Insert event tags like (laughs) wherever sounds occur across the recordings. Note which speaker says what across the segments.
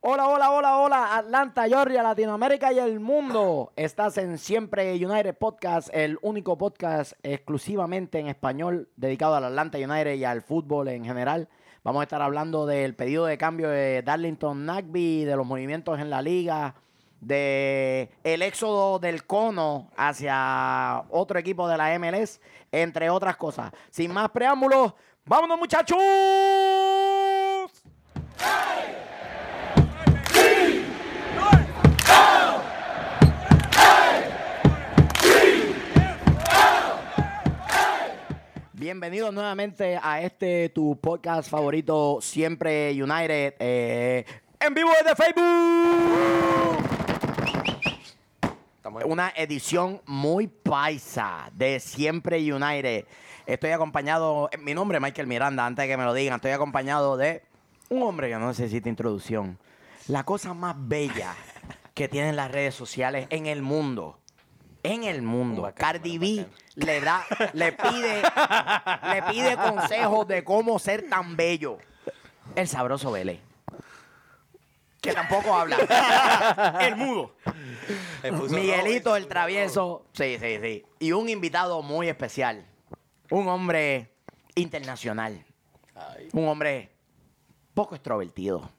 Speaker 1: Hola, hola, hola, hola, Atlanta, Georgia, Latinoamérica y el mundo. Estás en Siempre United Podcast, el único podcast exclusivamente en español dedicado al Atlanta United y al fútbol en general. Vamos a estar hablando del pedido de cambio de Darlington Nagby, de los movimientos en la liga, de el éxodo del cono hacia otro equipo de la MLS, entre otras cosas. Sin más preámbulos, vámonos muchachos. Bienvenidos nuevamente a este tu podcast favorito, siempre United, eh, en vivo desde Facebook. Una edición muy paisa de Siempre United. Estoy acompañado, eh, mi nombre es Michael Miranda, antes de que me lo digan, estoy acompañado de un hombre que no necesita introducción. La cosa más bella que tienen las redes sociales en el mundo. En el mundo. Cardi B le da, le pide, le pide consejos de cómo ser tan bello. El sabroso Vélez. Que tampoco habla. el mudo.
Speaker 2: Me puso
Speaker 1: Miguelito el travieso. Sí, sí, sí. Y un invitado muy especial. Un hombre internacional. Un hombre poco extrovertido.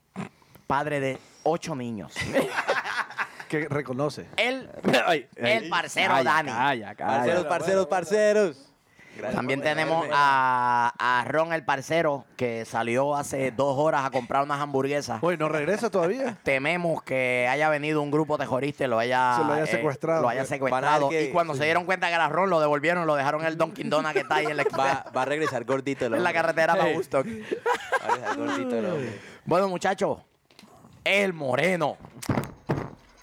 Speaker 1: Padre de ocho
Speaker 3: (laughs)
Speaker 1: niños.
Speaker 3: que reconoce.
Speaker 1: Él,
Speaker 3: Ay,
Speaker 1: el parcero
Speaker 3: calla,
Speaker 1: Dani.
Speaker 3: Calla, calla.
Speaker 2: Parceros, parceros, parceros. Gracias
Speaker 1: También
Speaker 2: por
Speaker 1: tenemos
Speaker 2: tenerme.
Speaker 1: a, a Ron el parcero que salió hace dos horas a comprar unas hamburguesas.
Speaker 3: Oye, ¿no regresa todavía?
Speaker 1: Tememos que haya venido un grupo terrorista y lo haya,
Speaker 3: Se lo haya
Speaker 1: eh,
Speaker 3: secuestrado.
Speaker 1: lo haya
Speaker 3: Van a ver
Speaker 1: secuestrado.
Speaker 2: que-
Speaker 1: y cuando se dieron cuenta que era Ron, lo devolvieron, lo dejaron en el Dunkin' Donut que está ahí en
Speaker 3: (laughs)
Speaker 1: la,
Speaker 2: Va, va a regresar gordito el
Speaker 1: en la
Speaker 2: hombre.
Speaker 1: carretera para Woodstock.
Speaker 2: Va a regresar gordito el
Speaker 1: (laughs)
Speaker 2: hombre.
Speaker 1: Bueno, muchachos, el moreno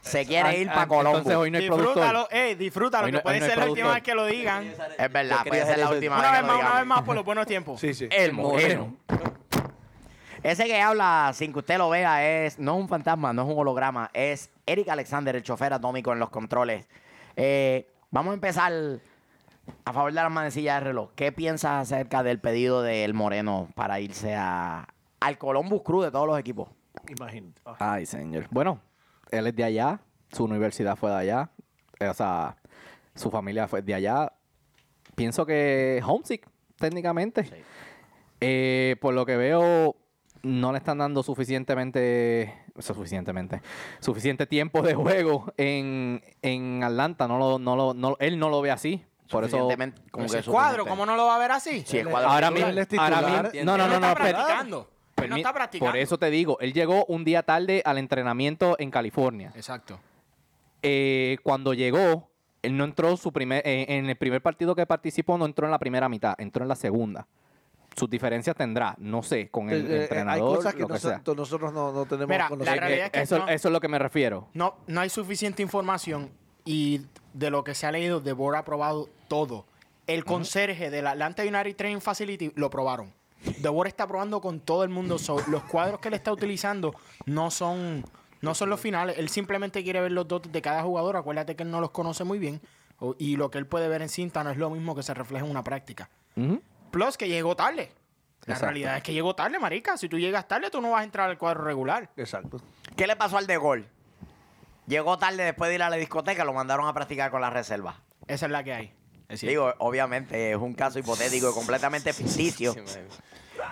Speaker 1: se
Speaker 4: Ah,
Speaker 1: quiere ir
Speaker 4: ah,
Speaker 1: para
Speaker 4: Entonces
Speaker 1: Colombo.
Speaker 4: hoy no hay productor.
Speaker 5: Disfrútalo, eh, disfrútalo,
Speaker 4: Hoy
Speaker 5: que
Speaker 4: no-
Speaker 5: puede
Speaker 4: hoy no hay
Speaker 5: ser la última
Speaker 4: productor.
Speaker 5: vez que lo digan.
Speaker 1: Es
Speaker 2: Yo
Speaker 1: verdad,
Speaker 2: quería
Speaker 1: puede ser
Speaker 2: hacer
Speaker 1: la
Speaker 2: eso.
Speaker 1: última vez
Speaker 5: Una vez
Speaker 1: que lo
Speaker 5: más, una
Speaker 1: digamos.
Speaker 5: vez más por los buenos tiempos.
Speaker 3: Sí, sí.
Speaker 1: El moreno. Ese que habla sin que usted lo vea es no es un fantasma, no es un holograma, es Eric Alexander, el chofer atómico en los controles. Eh, vamos a empezar a favor de las manecillas de reloj. ¿Qué piensas acerca del pedido del Moreno para irse a, al Columbus Crew de todos los equipos?
Speaker 3: Imagínate.
Speaker 4: Ay, señor. Bueno, él es de allá, su universidad fue de allá, eh, o sea, su familia fue de allá. Pienso que homesick, técnicamente. Eh, por lo que veo, no le están dando suficientemente, o sea, suficientemente, suficiente tiempo de juego en, en Atlanta. No lo, no lo, no, él no lo ve así. Por eso,
Speaker 1: Suficientemente- como que
Speaker 5: El cuadro, ¿cómo no lo va a ver así?
Speaker 1: Sí, el cuadro.
Speaker 4: ahora
Speaker 3: Él
Speaker 4: mismo,
Speaker 3: es titular,
Speaker 4: ahora mismo,
Speaker 2: ¿entiendes?
Speaker 4: no, no,
Speaker 5: Él
Speaker 4: no, no,
Speaker 5: está
Speaker 4: espérate.
Speaker 5: practicando. Él no
Speaker 4: Permi-
Speaker 5: está practicando.
Speaker 4: Por eso te digo, él llegó un día tarde al entrenamiento en California.
Speaker 5: Exacto.
Speaker 4: Eh, cuando llegó, él no entró su primer, eh, en el primer partido que participó, no entró en la primera mitad, entró en la segunda. Sus diferencias tendrá, no sé, con
Speaker 3: Eh,
Speaker 4: el
Speaker 3: eh, hay
Speaker 4: entrenador.
Speaker 3: cosas que,
Speaker 4: lo que sea.
Speaker 3: noso- nosotros no, no tenemos
Speaker 5: Mira, la
Speaker 3: conocimiento.
Speaker 5: realidad
Speaker 4: Eh,
Speaker 5: es que
Speaker 4: eso,
Speaker 5: no-
Speaker 4: eso es lo que me refiero.
Speaker 5: No, no hay suficiente información y de lo que se ha leído, The Board ha probado todo. El conserje del Atlanta United Training Facility lo probaron. The Board está probando con todo el mundo. so, los cuadros que él está utilizando no son, no son los finales. Él simplemente quiere ver los dotes de cada jugador. Acuérdate que él no los conoce muy bien. o- y lo que él puede ver en cinta no es lo mismo que se refleja en una práctica.
Speaker 4: Ujú.
Speaker 5: Plus que llegó tarde. La
Speaker 4: Exacto.
Speaker 5: realidad es que llegó tarde, marica. Si tú llegas tarde, tú no vas a entrar al cuadro regular.
Speaker 3: Exacto.
Speaker 1: ¿Qué le pasó al de gol? Llegó tarde después de ir a la discoteca, lo mandaron a practicar con la reserva.
Speaker 5: Esa es la que hay.
Speaker 1: Digo, obviamente es un caso hipotético y completamente ficticio.
Speaker 2: Sí, madre.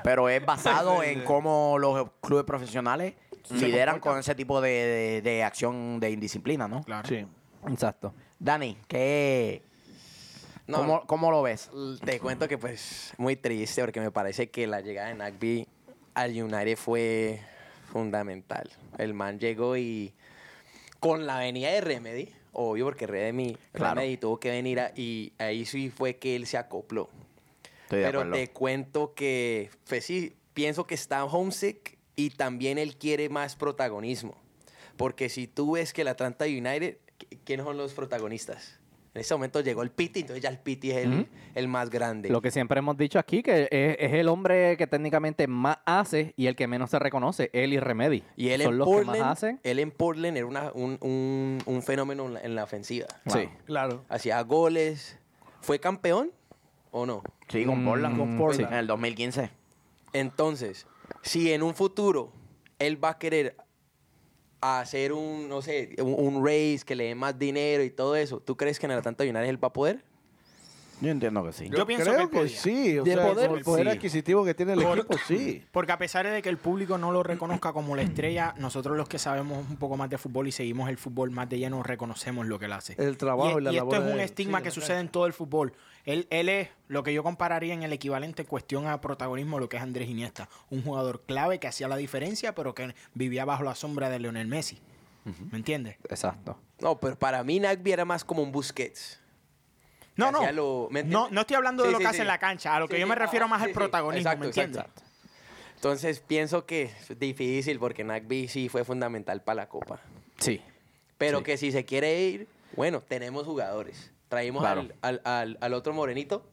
Speaker 1: Pero es basado en cómo los clubes profesionales lideran con ese tipo de, de- de acción de indisciplina, ¿no?
Speaker 5: Claro.
Speaker 3: Sí.
Speaker 4: Exacto.
Speaker 1: Dani, ¿qué,
Speaker 2: No,
Speaker 1: cómo, cómo lo ves?
Speaker 2: Te cuento que pues muy triste porque me parece que la llegada de Nagby al United fue fundamental. El man llegó y con la venida de Remedy, obvio porque Remedy,
Speaker 1: Claro.
Speaker 2: Remedy tuvo que venir a- y ahí sí fue que él se acopló.
Speaker 1: Estoy de
Speaker 2: Pero
Speaker 1: acuerdo.
Speaker 2: te cuento que, pues sí, pienso que está homesick y también él quiere más protagonismo. Porque si tú ves que el Atlanta United, ¿qui- ¿quiénes son los protagonistas? En ese momento llegó el Piti, entonces ya el Piti es el, el más grande.
Speaker 4: Lo que siempre hemos dicho aquí, que es, es el hombre que técnicamente más hace y el que menos se reconoce, él y Remedy.
Speaker 2: y él
Speaker 4: Son
Speaker 2: en,
Speaker 4: los que más
Speaker 2: Portland,
Speaker 4: hacen.
Speaker 2: él en Portland era una- un, un- un fenómeno en la- en la ofensiva.
Speaker 4: Sí.
Speaker 3: Claro.
Speaker 2: Hacía goles. ¿Fue campeón o no?
Speaker 1: Sí, con
Speaker 4: Mm,
Speaker 1: Portland.
Speaker 4: con
Speaker 3: Portland.
Speaker 1: En el 2015.
Speaker 2: Entonces, si en un futuro él va a querer a hacer un, no sé, un, un raise que le dé más dinero y todo eso, ¿tú crees que en el Atlanta United él va a poder?
Speaker 1: Yo entiendo que sí.
Speaker 5: Yo pienso
Speaker 3: creo
Speaker 5: que podía.
Speaker 3: sí. O
Speaker 4: De
Speaker 3: sea,
Speaker 4: poder,
Speaker 3: por el poder
Speaker 1: sí.
Speaker 3: adquisitivo que tiene el
Speaker 5: Por-
Speaker 3: equipo, sí.
Speaker 5: Porque a pesar de que el público no lo reconozca como la estrella, nosotros los que sabemos un poco más de fútbol y seguimos el fútbol más de lleno, reconocemos lo que él hace.
Speaker 3: El trabajo y, la labor
Speaker 5: esto es
Speaker 3: de
Speaker 5: un
Speaker 3: él.
Speaker 5: estigma
Speaker 3: Sí,
Speaker 5: que
Speaker 3: en la
Speaker 5: sucede en todo el fútbol. Él, él es lo que yo compararía en el equivalente en cuestión a protagonismo lo que es Andrés Iniesta. Un jugador clave que hacía la diferencia, pero que vivía bajo la sombra de Leonel Messi. ¿Me entiendes?
Speaker 4: Exacto.
Speaker 2: No, pero para mí Nagby era más como un Busquets.
Speaker 5: No, no.
Speaker 2: hacía lo- ¿me
Speaker 5: no.
Speaker 2: entiendes?
Speaker 5: No estoy hablando de
Speaker 2: Sí,
Speaker 5: lo
Speaker 2: sí,
Speaker 5: que hace
Speaker 2: sí.
Speaker 5: en la cancha. A lo que
Speaker 2: Sí,
Speaker 5: yo
Speaker 2: sí,
Speaker 5: me refiero
Speaker 2: ajá,
Speaker 5: más
Speaker 2: sí,
Speaker 5: al
Speaker 2: sí.
Speaker 5: protagonismo,
Speaker 2: Exacto,
Speaker 5: ¿me entiendes?
Speaker 2: exacto. Entonces pienso que es difícil porque Nagby sí fue fundamental para la Copa.
Speaker 4: Sí.
Speaker 2: Pero que si se quiere ir, bueno, tenemos jugadores. Traímos
Speaker 4: Claro.
Speaker 2: al, al- al- al otro morenito.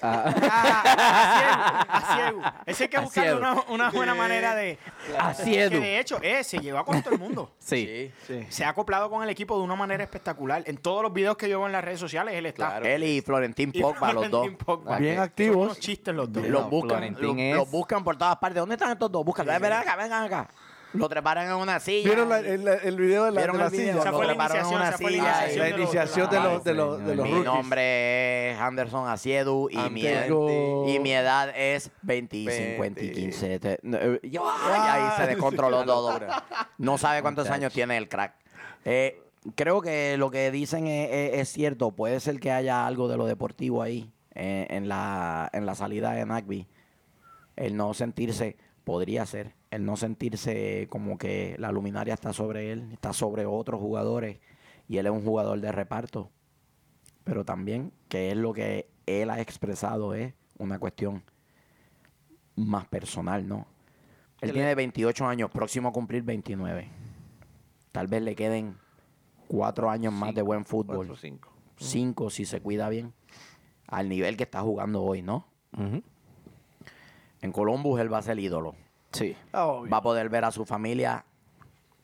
Speaker 4: Ah,
Speaker 5: Ah, así es, así es. Ese hay que buscarle
Speaker 4: Así es.
Speaker 5: una, una buena manera de...
Speaker 4: así
Speaker 5: Que
Speaker 4: Edu.
Speaker 5: de hecho, eh, se llevó a con todo el mundo.
Speaker 4: Sí.
Speaker 3: Sí.
Speaker 5: Se ha acoplado con el equipo de una manera espectacular. En todos los videos que yo veo en las redes sociales, él está.
Speaker 2: Claro.
Speaker 1: Él y Florentín
Speaker 5: Y
Speaker 1: Pogba, los
Speaker 5: (laughs)
Speaker 1: dos.
Speaker 5: Valentín Pogba.
Speaker 3: Bien
Speaker 5: Son
Speaker 3: activos.
Speaker 5: unos chistes los dos.
Speaker 1: Los
Speaker 4: No,
Speaker 1: buscan, lo-
Speaker 4: Florentín es-
Speaker 1: los buscan por todas partes. ¿Dónde están estos dos? Búscalos. Eh, Vengan acá, vengan acá. Lo treparan en una silla.
Speaker 3: ¿Vieron la- el, el video de la,
Speaker 1: ¿Vieron
Speaker 3: de la
Speaker 1: el video?
Speaker 3: silla?
Speaker 5: O sea,
Speaker 1: Lo
Speaker 5: fue la
Speaker 1: treparon en
Speaker 5: iniciación,
Speaker 1: una
Speaker 5: o sea, fue la
Speaker 1: silla.
Speaker 5: iniciación
Speaker 3: La
Speaker 5: de los-
Speaker 3: iniciación de los, de los, de los
Speaker 1: Mi
Speaker 3: rookies.
Speaker 1: nombre es Anderson Asiedu y mi, ed-
Speaker 3: Anderson.
Speaker 1: y mi edad es 20 y 50 y 15. Te- no, eh, yo- ay, ahí se descontroló todo. No sabe cuántos años tiene el crack. Eh, creo que lo que dicen es, es- es cierto. Puede ser que haya algo de lo deportivo ahí eh, en, la, en la salida de Nagby. El no sentirse, podría ser, el no sentirse como que la luminaria está sobre él, está sobre otros jugadores y él es un jugador de reparto pero también que es lo que él ha expresado es una cuestión más personal, ¿no? Él tiene 28 años, próximo a cumplir 29. Tal vez le queden cuatro años más de buen fútbol,
Speaker 3: Cuatro, cinco.
Speaker 1: cinco si se cuida bien, al nivel que está jugando hoy, ¿no?
Speaker 4: Ujú.
Speaker 1: En Columbus él va a ser ídolo,
Speaker 4: Sí.
Speaker 3: Ah, obvio.
Speaker 1: va a poder ver a su familia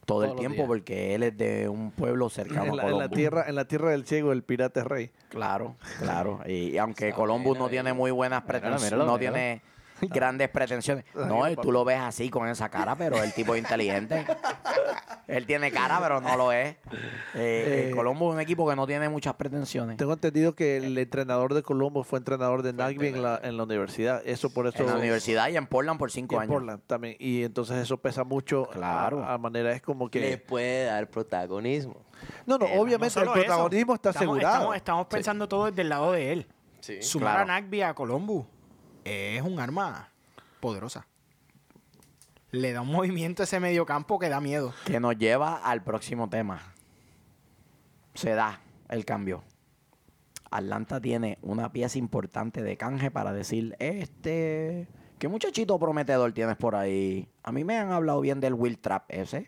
Speaker 1: todo
Speaker 4: Todos
Speaker 1: el
Speaker 4: los
Speaker 1: tiempo
Speaker 4: días.
Speaker 1: porque él es de un pueblo cercano
Speaker 3: en,
Speaker 1: a
Speaker 3: (laughs) la, en
Speaker 1: Columbus.
Speaker 3: la tierra, en la tierra del ciego, el pirata es rey. (laughs)
Speaker 1: Claro, claro. Y, y aunque Columbus no tiene muy buenas pretensiones,
Speaker 4: míralo,
Speaker 1: no
Speaker 4: míralo.
Speaker 1: tiene (laughs) grandes
Speaker 3: (laughs)
Speaker 1: pretensiones. No, él- tú lo ves así con esa cara, pero el tipo es
Speaker 3: (laughs)
Speaker 1: inteligente. Él tiene cara, pero no lo es. Eh, eh,
Speaker 3: Eh,
Speaker 1: Columbus es un equipo que no tiene muchas pretensiones.
Speaker 3: Tengo entendido que el entrenador de Colombo fue entrenador de Nagby en la, en la universidad. Eso por eso.
Speaker 1: En la universidad y en Portland por
Speaker 3: y
Speaker 1: cinco
Speaker 3: en
Speaker 1: años.
Speaker 3: Portland también. Y entonces eso pesa mucho.
Speaker 1: Claro.
Speaker 3: A, a manera es como
Speaker 2: Le
Speaker 3: que.
Speaker 2: puede dar protagonismo.
Speaker 3: No, no,
Speaker 5: Eh, no
Speaker 3: obviamente
Speaker 5: solo
Speaker 3: el
Speaker 5: eso.
Speaker 3: protagonismo está
Speaker 5: Estamos-
Speaker 3: asegurado.
Speaker 5: Estamos, estamos pensando todo desde el lado de él.
Speaker 2: Sí.
Speaker 5: Sumar
Speaker 1: claro.
Speaker 5: a Nagby a Columbus es un arma poderosa. Le da un movimiento a ese mediocampo que da miedo.
Speaker 1: Que nos lleva al próximo tema. Se da el cambio. Atlanta tiene una pieza importante de canje para decir, este, ¿qué muchachito prometedor tienes por ahí? A mí me han hablado bien del Will Trap ese,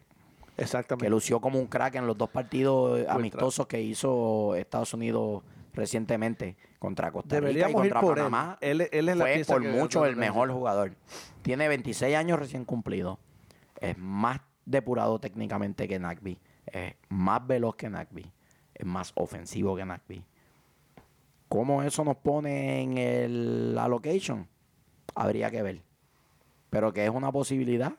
Speaker 1: que
Speaker 3: Exactamente.
Speaker 1: lució como un crack en los dos partidos
Speaker 3: Trapp.
Speaker 1: amistosos que hizo Estados Unidos recientemente contra Costa Rica y
Speaker 3: Deberíamos ir
Speaker 1: contra
Speaker 3: por él.
Speaker 1: Panamá
Speaker 3: Él, él es la
Speaker 1: fue
Speaker 3: pieza
Speaker 1: por
Speaker 3: que-
Speaker 1: mucho el mejor jugador. Tiene 26 años recién cumplido. Es más depurado técnicamente que Nagby. Es más veloz que Nagby. Es más ofensivo que Nagby. ¿Cómo eso nos pone en el allocation? Habría que ver. Pero que es una posibilidad.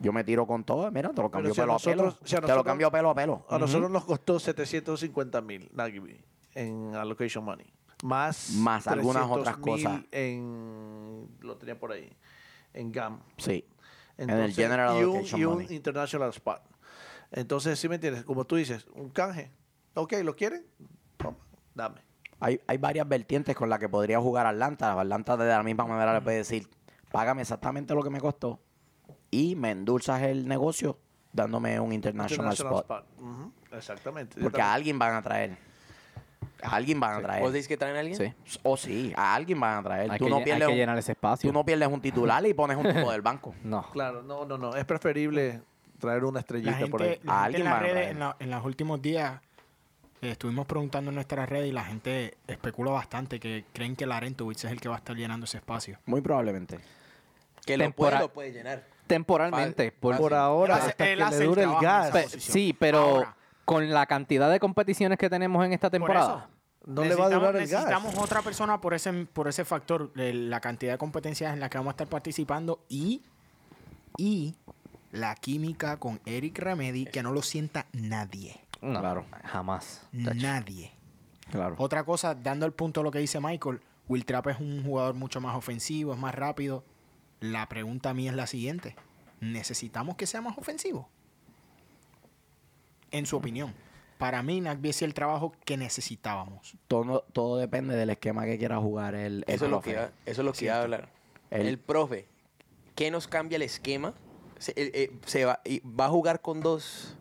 Speaker 1: Yo me tiro con todo. Mira, te lo cambio
Speaker 3: si a
Speaker 1: pelo a,
Speaker 3: nosotros-
Speaker 1: pelo.
Speaker 3: si a
Speaker 1: te lo
Speaker 3: nosotros-
Speaker 1: cambio pelo a pelo.
Speaker 3: A nosotros nos costó 750 mil Nagby en allocation money. Más,
Speaker 1: Más algunas
Speaker 3: 300
Speaker 1: otras
Speaker 3: mil
Speaker 1: cosas.
Speaker 3: En, lo tenía por ahí. En GAM.
Speaker 1: Sí. el
Speaker 3: Entonces,
Speaker 1: general
Speaker 3: y un,
Speaker 1: allocation
Speaker 3: y un
Speaker 1: money.
Speaker 3: international spot. Entonces, si me entiendes, como tú dices, un canje. Ok, ¿lo quieren? Toma, dame.
Speaker 1: Hay, hay varias vertientes con las que podría jugar Atlanta. Atlanta de la misma manera le puede decir, págame exactamente lo que me costó y me endulzas el negocio dándome un international, spot.
Speaker 3: Ujú, Exactamente. Yo
Speaker 1: Porque a
Speaker 3: también-
Speaker 1: alguien van a traer. A alguien van a
Speaker 2: ¿Vos
Speaker 1: traer.
Speaker 2: decís que traen a alguien?
Speaker 4: Sí.
Speaker 1: O sí, a alguien van a traer.
Speaker 4: Hay,
Speaker 1: Tú
Speaker 4: que,
Speaker 1: no,
Speaker 4: llen- hay
Speaker 1: pierdes
Speaker 4: que
Speaker 1: un,
Speaker 4: llenar ese espacio.
Speaker 1: tú no pierdes un titular y pones un
Speaker 4: (laughs)
Speaker 1: tipo del banco.
Speaker 4: No.
Speaker 3: Claro, no, no, no. Es preferible traer una
Speaker 5: La
Speaker 3: estrellita
Speaker 5: gente,
Speaker 3: por ahí.
Speaker 5: la
Speaker 1: A
Speaker 5: gente
Speaker 1: alguien
Speaker 5: en las
Speaker 1: van a
Speaker 5: redes,
Speaker 1: traer.
Speaker 5: en, la- en los últimos días, eh, estuvimos preguntando en nuestras redes y la gente especula bastante que creen que Larentovich es el que va a estar llenando ese espacio.
Speaker 1: Muy probablemente.
Speaker 2: Que lo puede,
Speaker 4: Temporal-
Speaker 2: lo puede llenar.
Speaker 4: Temporalmente.
Speaker 2: Fal-
Speaker 4: por-
Speaker 2: fácil.
Speaker 3: Por ahora,
Speaker 5: Él hace-
Speaker 3: hasta que
Speaker 5: él
Speaker 3: le
Speaker 5: hace el
Speaker 3: dure el
Speaker 5: trabajo en
Speaker 3: gas.
Speaker 5: esa
Speaker 4: pe-
Speaker 5: posición.
Speaker 4: sí, pero
Speaker 5: Ahora.
Speaker 4: con la cantidad de competiciones que tenemos en esta
Speaker 5: Por
Speaker 4: temporada.
Speaker 5: eso,
Speaker 3: No le va a
Speaker 5: necesitamos-
Speaker 3: durar el gas.
Speaker 5: Necesitamos otra persona por ese, por ese factor, de la cantidad de competencias en las que vamos a estar participando y, y la química con Eric Remedy que no lo sienta nadie.
Speaker 4: No, claro. Jamás.
Speaker 5: Nadie.
Speaker 4: Claro.
Speaker 5: Otra cosa, dando el punto a lo que dice Michael, Will Trapp es un jugador mucho más ofensivo, es más rápido. La pregunta mía es la siguiente. ¿Necesitamos que sea más ofensivo? En su opinión. Para mí, Nagby hacía el trabajo
Speaker 3: (laughs)
Speaker 5: que necesitábamos.
Speaker 1: Todo, todo depende del esquema que quiera jugar el, el
Speaker 2: Eso es, lo que
Speaker 1: profe.
Speaker 2: iba, eso es lo que iba a hablar.
Speaker 1: El-
Speaker 2: El, profe, ¿qué nos cambia el esquema? Se, el- eh, se va, y va a jugar con dos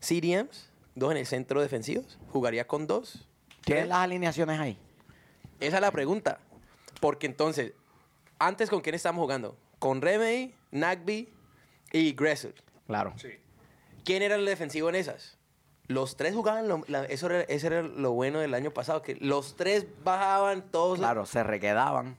Speaker 2: CDMs, dos en el centro defensivos. ¿Jugaría con dos?
Speaker 1: ¿Tienes
Speaker 2: ¿Tres?
Speaker 1: las alineaciones ahí?
Speaker 2: Esa es la pregunta. Porque entonces, antes con quién estábamos jugando? Con Remedy, Nagby y Gressel.
Speaker 1: Claro.
Speaker 2: ¿Quién era el defensivo en esas? Los tres jugaban, lo- la- eso era, ese era lo bueno del año pasado, que los tres bajaban todos.
Speaker 1: Claro, se requedaban.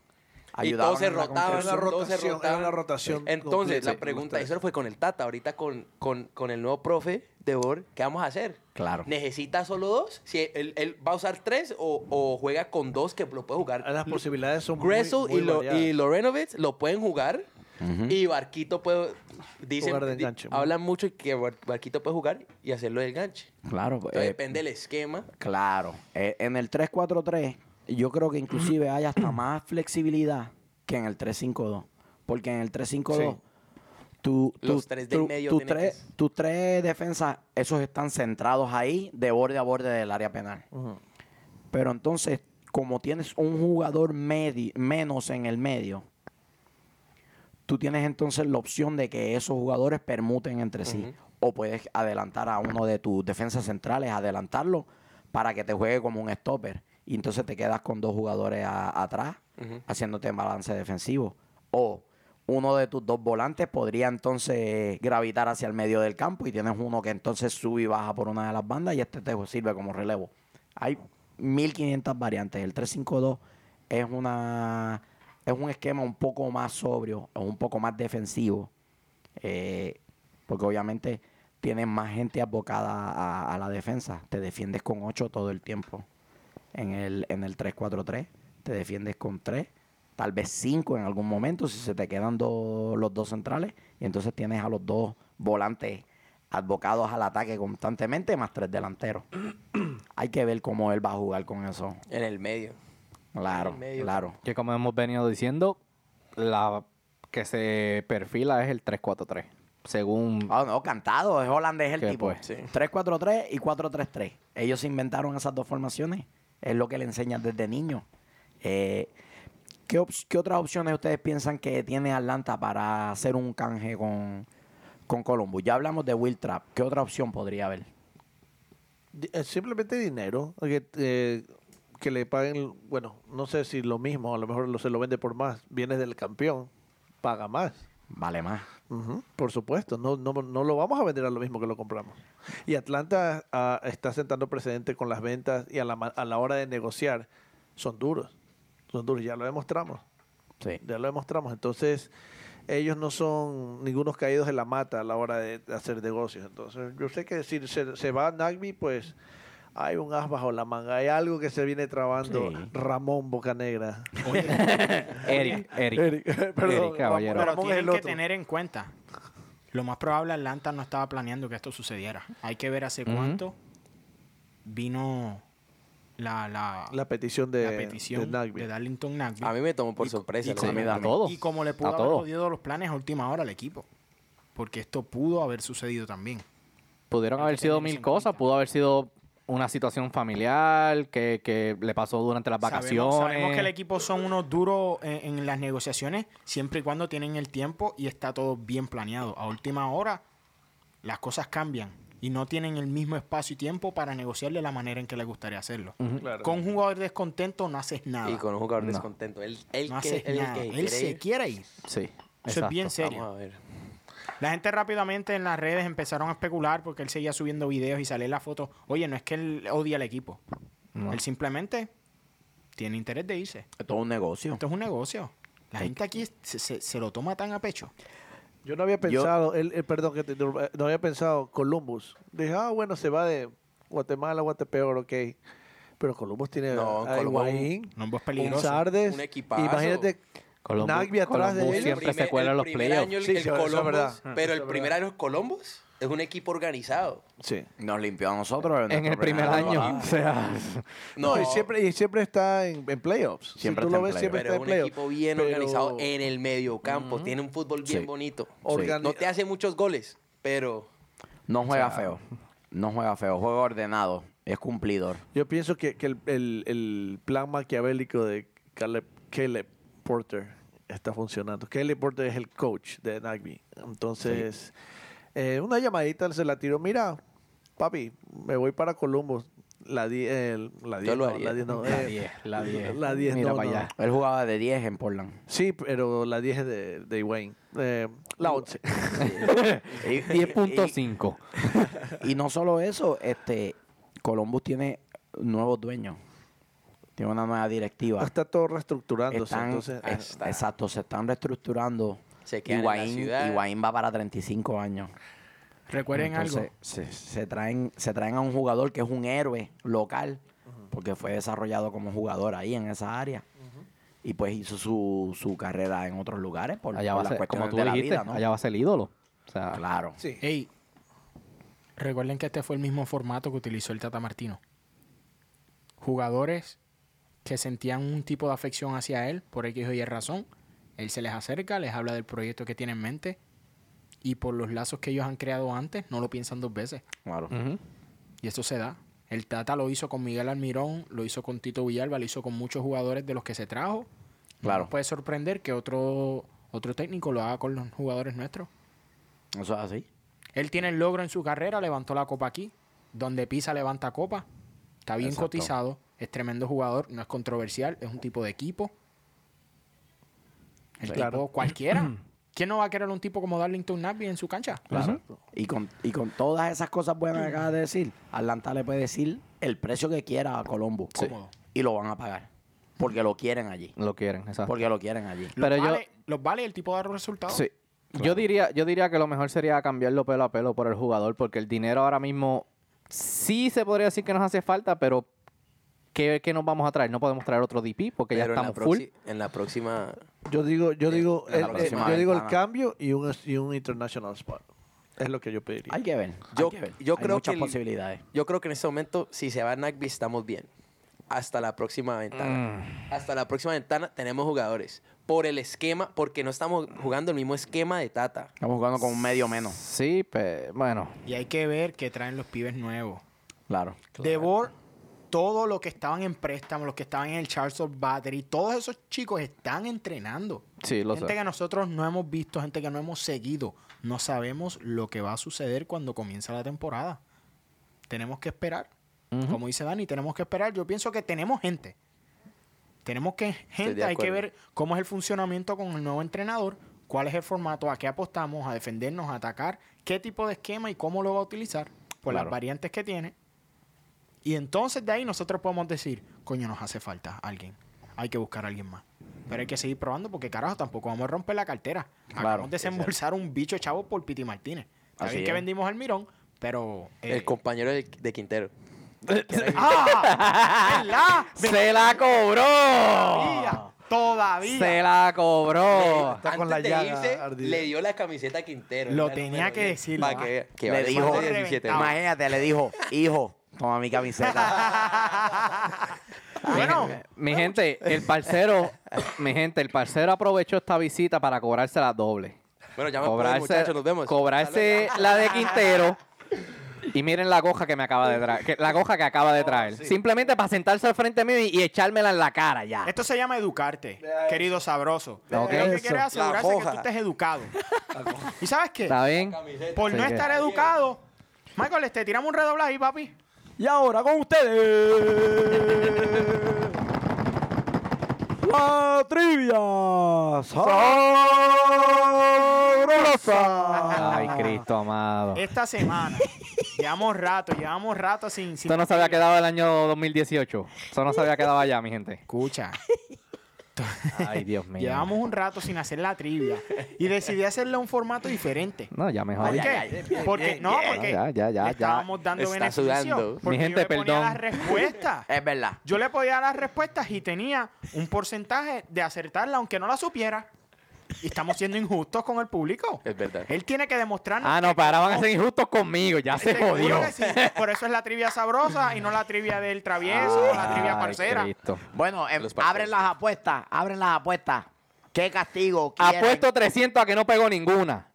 Speaker 2: Y
Speaker 1: Ayudaban
Speaker 2: todos se
Speaker 1: en la
Speaker 2: rotaban.
Speaker 1: construcción.
Speaker 3: Era una
Speaker 2: todos se
Speaker 3: rotación, era una rotación
Speaker 2: Entonces,
Speaker 3: completa.
Speaker 2: la pregunta, eso fue con el Tata, ahorita con, con, con el nuevo profe de Bor, ¿qué vamos a hacer?
Speaker 1: Claro.
Speaker 2: ¿Necesita solo dos? Si él, él va a usar tres o, o juega con dos que lo puede jugar.
Speaker 3: Las posibilidades son muy,
Speaker 2: Gressel
Speaker 3: muy
Speaker 2: y, lo,
Speaker 3: variadas.
Speaker 2: y Lorenovitz lo pueden jugar. Y Barquito puede. Dicen,
Speaker 3: Jugar de
Speaker 2: di-
Speaker 3: enganche.
Speaker 2: hablan mucho que Bar- Barquito puede jugar y hacerlo de enganche.
Speaker 1: Claro,
Speaker 2: Entonces,
Speaker 1: eh,
Speaker 2: depende del esquema.
Speaker 1: Claro. Eh, en el 3-4-3, yo creo que inclusive hay
Speaker 2: (clears throat)
Speaker 1: hasta más flexibilidad que en el 3-5-2. Porque en el 3-5-2, tú- tú-
Speaker 2: Los tres del
Speaker 1: tú-
Speaker 2: medio
Speaker 1: tus
Speaker 2: tienen que
Speaker 1: tres,
Speaker 2: ser.
Speaker 1: tus tres defensas, esos están centrados ahí, de borde a borde del área penal. Pero entonces, como tienes un jugador medi- menos en el medio, tú tienes entonces la opción de que esos jugadores permuten entre sí. O puedes adelantar a uno de tus defensas centrales, adelantarlo para que te juegue como un stopper. Y entonces te quedas con dos jugadores a- atrás, haciéndote en balance defensivo. O uno de tus dos volantes podría entonces gravitar hacia el medio del campo y tienes uno que entonces sube y baja por una de las bandas y este te sirve como relevo. Hay 1500 variantes. El 3-5-2 es una es un esquema un poco más sobrio, es un poco más defensivo, eh, porque obviamente tienes más gente abocada a, a la defensa. Te defiendes con 8 todo el tiempo. En el, en el 3-4-3, te defiendes con 3, tal vez 5 en algún momento, si se te quedan dos- los dos centrales, y entonces tienes a los dos volantes abocados al ataque constantemente, más tres delanteros. Hay que ver cómo él va a jugar con eso.
Speaker 2: En el medio.
Speaker 1: Claro,
Speaker 2: medio.
Speaker 1: claro.
Speaker 4: Que como hemos venido diciendo, la que se perfila es el 3-4-3. Según...
Speaker 1: Ah, no, cantado, es holandés el
Speaker 4: ¿Qué,
Speaker 1: tipo.
Speaker 4: pues?
Speaker 2: Sí.
Speaker 1: 3-4-3 y 4-3-3. Ellos inventaron esas dos formaciones. Es lo que le enseñan desde niño. Eh, ¿qué, ops- qué otras opciones ustedes piensan que tiene Atlanta para hacer un canje con, con Columbus? Ya hablamos de Will Trapp. ¿Qué otra opción podría haber?
Speaker 3: Di- eh, Simplemente dinero. Que, eh, que le paguen, bueno, no sé si lo mismo, a lo mejor lo, se lo vende por más. Vienes del campeón, paga más.
Speaker 1: Vale más.
Speaker 3: Ujú, Por supuesto, no, no, no lo vamos a vender a lo mismo que lo compramos. Y Atlanta ah, está sentando precedente con las ventas y a la, ma- a la hora de negociar son duros. Son duros, ya lo demostramos.
Speaker 1: Sí.
Speaker 3: Ya lo demostramos. Entonces, ellos no son ningunos caídos de la mata a la hora de hacer negocios. Entonces, yo sé que si se, se va Nagby, pues hay un as bajo la manga. Hay algo que se viene trabando
Speaker 1: Sí.
Speaker 3: Ramón Bocanegra.
Speaker 4: Eric, Eric.
Speaker 5: (laughs)
Speaker 3: Perdón,
Speaker 4: Eric, caballero.
Speaker 3: Ramón- Ramón es el
Speaker 5: Pero tienen que
Speaker 3: otro.
Speaker 5: tener en cuenta. Lo más probable, Atlanta no estaba planeando que esto sucediera. Hay que ver hace cuánto vino la, la,
Speaker 3: La petición de,
Speaker 5: la petición
Speaker 3: de
Speaker 5: de,
Speaker 3: Nagby.
Speaker 5: Darlington Nagby.
Speaker 2: A mí me tomó por sorpresa.
Speaker 4: Sí,
Speaker 2: la verdad.
Speaker 4: a todos.
Speaker 5: Y como le
Speaker 4: a
Speaker 5: pudo haber
Speaker 4: todos.
Speaker 5: jodido los planes a última hora al equipo. Porque esto pudo haber sucedido también.
Speaker 4: Pudieron haber sido
Speaker 5: tener eso
Speaker 4: mil
Speaker 5: en
Speaker 4: cosas.
Speaker 5: cuenta.
Speaker 4: Pudo haber sido una situación familiar que, que le pasó durante las vacaciones.
Speaker 5: Sabemos, sabemos que el equipo son unos duros en, en las negociaciones, siempre y cuando tienen el tiempo y está todo bien planeado. A última hora, las cosas cambian y no tienen el mismo espacio y tiempo para negociar de la manera en que les gustaría hacerlo.
Speaker 3: Claro.
Speaker 5: Con un jugador descontento no haces nada.
Speaker 2: Y con un jugador
Speaker 4: No.
Speaker 2: descontento. Él, él
Speaker 5: no
Speaker 2: que,
Speaker 5: haces
Speaker 2: él
Speaker 5: nada.
Speaker 2: que
Speaker 5: Él
Speaker 2: quiere
Speaker 5: se
Speaker 2: ir.
Speaker 5: quiere ir. Eso
Speaker 4: Sí.
Speaker 5: es
Speaker 4: exacto.
Speaker 5: bien serio.
Speaker 2: Vamos a ver.
Speaker 5: La gente rápidamente en las redes empezaron a especular porque él seguía subiendo videos y salía la foto. Oye, no es que él odia al equipo.
Speaker 4: No.
Speaker 5: Él simplemente tiene interés de irse.
Speaker 1: Esto es un negocio.
Speaker 5: Esto es un negocio. La gente aquí se, se- se lo toma tan a pecho.
Speaker 3: Yo no había pensado, el, el- perdón, que te interrumpa, no había pensado Columbus. Dije, ah, bueno, se va de Guatemala a Guatepeor, ok. Pero Columbus tiene
Speaker 2: No,
Speaker 3: a
Speaker 2: Columbus-
Speaker 3: Higuaín,
Speaker 5: No es
Speaker 3: un
Speaker 5: peligroso.
Speaker 3: Sardes.
Speaker 2: un equipazo.
Speaker 3: Imagínate
Speaker 4: Columbus,
Speaker 3: Nagby atrás de
Speaker 4: Columbus
Speaker 3: él.
Speaker 4: siempre
Speaker 2: primer-
Speaker 4: se cuela en los
Speaker 2: primer
Speaker 4: playoffs.
Speaker 2: año el-
Speaker 3: Sí,
Speaker 2: el
Speaker 3: eso es
Speaker 2: Columbus,
Speaker 3: verdad.
Speaker 2: Pero el primer año Columbus es un equipo organizado.
Speaker 3: Sí.
Speaker 1: Nos limpió a nosotros.
Speaker 4: En
Speaker 1: nuestro
Speaker 4: el primer
Speaker 1: año.
Speaker 4: año. O
Speaker 3: (laughs)
Speaker 4: sea,
Speaker 3: No, y siempre, y siempre está en, en playoffs.
Speaker 1: Siempre
Speaker 3: si tú
Speaker 1: está
Speaker 3: lo
Speaker 1: en
Speaker 3: ves, siempre
Speaker 2: Pero es
Speaker 3: está en
Speaker 2: un
Speaker 3: playoffs.
Speaker 2: equipo bien
Speaker 3: Pero-
Speaker 2: organizado eh. en el mediocampo. Tiene un fútbol bien
Speaker 1: Sí.
Speaker 2: bonito.
Speaker 3: Organi-
Speaker 2: No te hace muchos goles, pero
Speaker 1: No juega feo. No juega feo. Juega ordenado. Es cumplidor.
Speaker 3: Yo pienso que, que el, el- el plan maquiavélico de Caleb, Caleb Porter está funcionando. Caleb Porter es el coach de Nagby. Entonces, eh, una llamadita se la tiró. Mira, papi, me voy para Columbus. La 10, la 10,
Speaker 2: lo
Speaker 3: no,
Speaker 2: haría.
Speaker 3: la 10 no.
Speaker 4: La
Speaker 3: eh,
Speaker 4: 10, la 10.
Speaker 3: La 10
Speaker 4: Mira
Speaker 3: no,
Speaker 4: para
Speaker 3: no.
Speaker 4: allá.
Speaker 1: Él jugaba de 10 en Portland.
Speaker 3: Sí, pero la 10 es de, de Wayne. Eh, la 11.
Speaker 4: 10.5.
Speaker 1: Y no solo eso, este Columbus tiene nuevos dueños. Tiene una nueva directiva.
Speaker 3: Está todo reestructurándose.
Speaker 1: Están-
Speaker 3: entonces, eh,
Speaker 1: es-
Speaker 2: está.
Speaker 1: Exacto, se están reestructurando.
Speaker 2: Se quedan en la
Speaker 1: Higuaín,
Speaker 2: ciudad.
Speaker 1: Higuaín va para 35 años.
Speaker 5: Recuerden
Speaker 1: Entonces,
Speaker 5: algo.
Speaker 1: Se, se traen, se traen a un jugador que es un héroe local, porque fue desarrollado como jugador ahí en esa área. Y pues hizo su, su carrera en otros lugares por,
Speaker 4: Allá
Speaker 1: por
Speaker 4: va
Speaker 1: las
Speaker 4: a ser, como
Speaker 1: cuestiones
Speaker 4: tú
Speaker 1: de la
Speaker 4: dijiste,
Speaker 1: vida, ¿no?
Speaker 4: allá va a ser el ídolo. O sea,
Speaker 1: Claro.
Speaker 3: sí.
Speaker 5: Ey, recuerden que este fue el mismo formato que utilizó el Tata Martino. Jugadores que sentían un tipo de afección hacia él, por X o Y razón, él se les acerca, les habla del proyecto que tiene en mente y por los lazos que ellos han creado antes, no lo piensan dos veces.
Speaker 1: claro.
Speaker 4: ujú.
Speaker 5: Y eso se da. El Tata lo hizo con Miguel Almirón, lo hizo con Tito Villalba, lo hizo con muchos jugadores de los que se trajo.
Speaker 1: Claro.
Speaker 5: No nos puede sorprender que otro, otro técnico lo haga con los jugadores nuestros.
Speaker 1: Eso es así.
Speaker 5: Él tiene el logro en su carrera, levantó la copa aquí. Donde pisa, levanta copa. Está bien
Speaker 1: Exacto.
Speaker 5: cotizado, es tremendo jugador, no es controversial, es un tipo de equipo. El
Speaker 1: Sí.
Speaker 5: tipo
Speaker 1: Claro.
Speaker 5: cualquiera. ¿Quién no va a querer un tipo como Darlington Nagby en su cancha?
Speaker 1: Claro. Y, con, y con todas esas cosas buenas que acabas de decir, Atlanta le puede decir el precio que quiera a Colombo.
Speaker 5: Cómodo.
Speaker 1: Y lo van a pagar. Porque lo quieren allí.
Speaker 4: Lo quieren, exacto.
Speaker 1: Porque lo quieren allí.
Speaker 5: Los,
Speaker 4: Pero yo-
Speaker 5: vale, los vale el tipo de resultados.
Speaker 4: Sí. Yo diría, yo diría que lo mejor sería cambiarlo pelo a pelo por el jugador, porque el dinero ahora mismo sí se podría decir que nos hace falta, pero ¿qué, qué nos vamos a traer? No podemos traer otro DP porque
Speaker 2: pero
Speaker 4: ya
Speaker 2: en la
Speaker 4: estamos full.
Speaker 2: proxi- en la próxima
Speaker 3: Yo digo, yo digo,
Speaker 1: la
Speaker 3: el, el-
Speaker 1: próxima
Speaker 3: yo digo el
Speaker 1: ventana.
Speaker 3: cambio y un, y un international spot. Es lo que yo pediría.
Speaker 1: Hay que ver.
Speaker 2: Yo-
Speaker 1: hay que ver.
Speaker 2: yo
Speaker 1: Hay
Speaker 2: creo
Speaker 1: muchas
Speaker 2: que el-
Speaker 1: posibilidades.
Speaker 2: Yo creo que en este momento, si se va Nagby, estamos bien. Hasta la próxima ventana. Hasta la próxima ventana tenemos jugadores. Por el esquema, porque no estamos jugando el mismo esquema de Tata.
Speaker 1: Estamos jugando con un medio menos.
Speaker 4: Sí, pero bueno.
Speaker 5: Y hay que ver qué traen los pibes nuevos.
Speaker 1: Claro.
Speaker 5: De Boer, todos los que estaban en préstamo, los que estaban en el Charleston Battery, todos esos chicos están entrenando.
Speaker 4: Sí, lo
Speaker 5: gente
Speaker 4: sé.
Speaker 5: que nosotros no hemos visto, gente que no hemos seguido. No sabemos lo que va a suceder cuando comienza la temporada. Tenemos que esperar. Como dice Dani, tenemos que esperar. Yo pienso que tenemos gente. Tenemos que gente,
Speaker 2: de
Speaker 5: hay que
Speaker 2: acuerdo.
Speaker 5: ver cómo es el funcionamiento con el nuevo entrenador, cuál es el formato, a qué apostamos, a defendernos, a atacar, qué tipo de esquema y cómo lo va a utilizar, por
Speaker 1: Claro.
Speaker 5: las variantes que tiene. Y entonces de ahí nosotros podemos decir, coño, nos hace falta alguien. Hay que buscar a alguien más. Pero hay que seguir probando porque, carajo, tampoco vamos a romper la cartera.
Speaker 1: Claro,
Speaker 5: Acabamos de desembolsar un bicho chavo por Piti Martínez. Está
Speaker 1: Así
Speaker 5: bien
Speaker 1: es.
Speaker 5: que vendimos al Mirón, pero... eh,
Speaker 2: El compañero del- de Quintero.
Speaker 5: (laughs) ¡Ah! ¿Verdad?
Speaker 4: ¡Se la cobró!
Speaker 5: Todavía. Todavía.
Speaker 4: ¡Se la cobró!
Speaker 3: Está con la
Speaker 2: Antes de
Speaker 3: llaga
Speaker 2: irse,
Speaker 3: ardida.
Speaker 2: le dio la camiseta a Quintero.
Speaker 5: Lo
Speaker 2: Era el
Speaker 5: tenía
Speaker 2: número
Speaker 5: que
Speaker 2: 10.
Speaker 5: decir,
Speaker 2: Pa'
Speaker 5: ¿no?
Speaker 2: que vea, que
Speaker 1: Le
Speaker 2: vale
Speaker 1: dijo-
Speaker 2: más de 17
Speaker 5: Ah.
Speaker 1: Imagínate, le dijo, hijo, toma mi
Speaker 2: (laughs)
Speaker 1: camiseta.
Speaker 5: bueno,
Speaker 4: Mi gente, el parcero, mi gente, el parcero aprovechó esta visita para cobrársela doble.
Speaker 2: Bueno, ya me puedo ir,
Speaker 4: cobrarse,
Speaker 2: muchachos, nos vemos.
Speaker 4: cobrarse la de Quintero. Y miren la goja que me acaba de traer, que- la goja que acaba de traer. Simplemente para sentarse al frente mío y, y echármela en la cara ya.
Speaker 5: esto se llama educarte, querido sabroso.
Speaker 4: Ok.
Speaker 5: Lo que
Speaker 4: Eso.
Speaker 5: quiere es asegurarse
Speaker 2: La
Speaker 5: que
Speaker 2: hoja.
Speaker 5: tú estés educado. ¿Y sabes qué?
Speaker 4: ¿Está bien?
Speaker 5: Por no
Speaker 4: Sí,
Speaker 5: estar
Speaker 4: que-
Speaker 5: educado, Michael, te tiramos un redoble ahí, papi.
Speaker 1: y ahora con ustedes. La trivia sabrosa.
Speaker 5: (laughs)
Speaker 4: Ay, Cristo amado.
Speaker 5: Esta
Speaker 4: (laughs)
Speaker 5: semana. llevamos rato, llevamos rato sin. sin
Speaker 4: (laughs) Esto no se había quedado el año 2018. Eso no se había quedado allá, mi gente.
Speaker 5: Escucha. Exacto.
Speaker 4: Ay, Dios mío.
Speaker 5: Llevamos un rato sin hacer la trivia y decidí hacerle un formato diferente.
Speaker 4: No, ya mejor.
Speaker 5: ¿Por
Speaker 1: Ay,
Speaker 5: qué?
Speaker 1: ay, ay, bien,
Speaker 5: porque
Speaker 1: bien,
Speaker 5: no,
Speaker 1: bien.
Speaker 5: porque
Speaker 4: Ya, ya, ya,
Speaker 5: le
Speaker 4: ya.
Speaker 5: estábamos dando
Speaker 2: Está
Speaker 5: beneficio.
Speaker 2: sudando.
Speaker 5: Porque
Speaker 4: Mi gente,
Speaker 5: yo le ponía
Speaker 4: perdón.
Speaker 5: las respuestas.
Speaker 1: Es verdad.
Speaker 5: Yo le ponía las respuestas y tenía un porcentaje de acertarla aunque no la supiera. Y estamos siendo injustos con el público.
Speaker 2: Es verdad.
Speaker 5: Él tiene que demostrarnos.
Speaker 4: Ah, no,
Speaker 5: que-
Speaker 4: para, van a ser injustos conmigo. Ya se
Speaker 5: Seguro
Speaker 4: jodió.
Speaker 5: que sí. Por eso es la trivia sabrosa y no la trivia del travieso o la trivia
Speaker 4: Ay,
Speaker 5: parcera.
Speaker 4: Cristo.
Speaker 1: Bueno, em,
Speaker 2: Los partidos.
Speaker 1: abren las apuestas, abren las apuestas. ¿Qué castigo quieren?
Speaker 4: Apuesto 300 a que no pegó ninguna.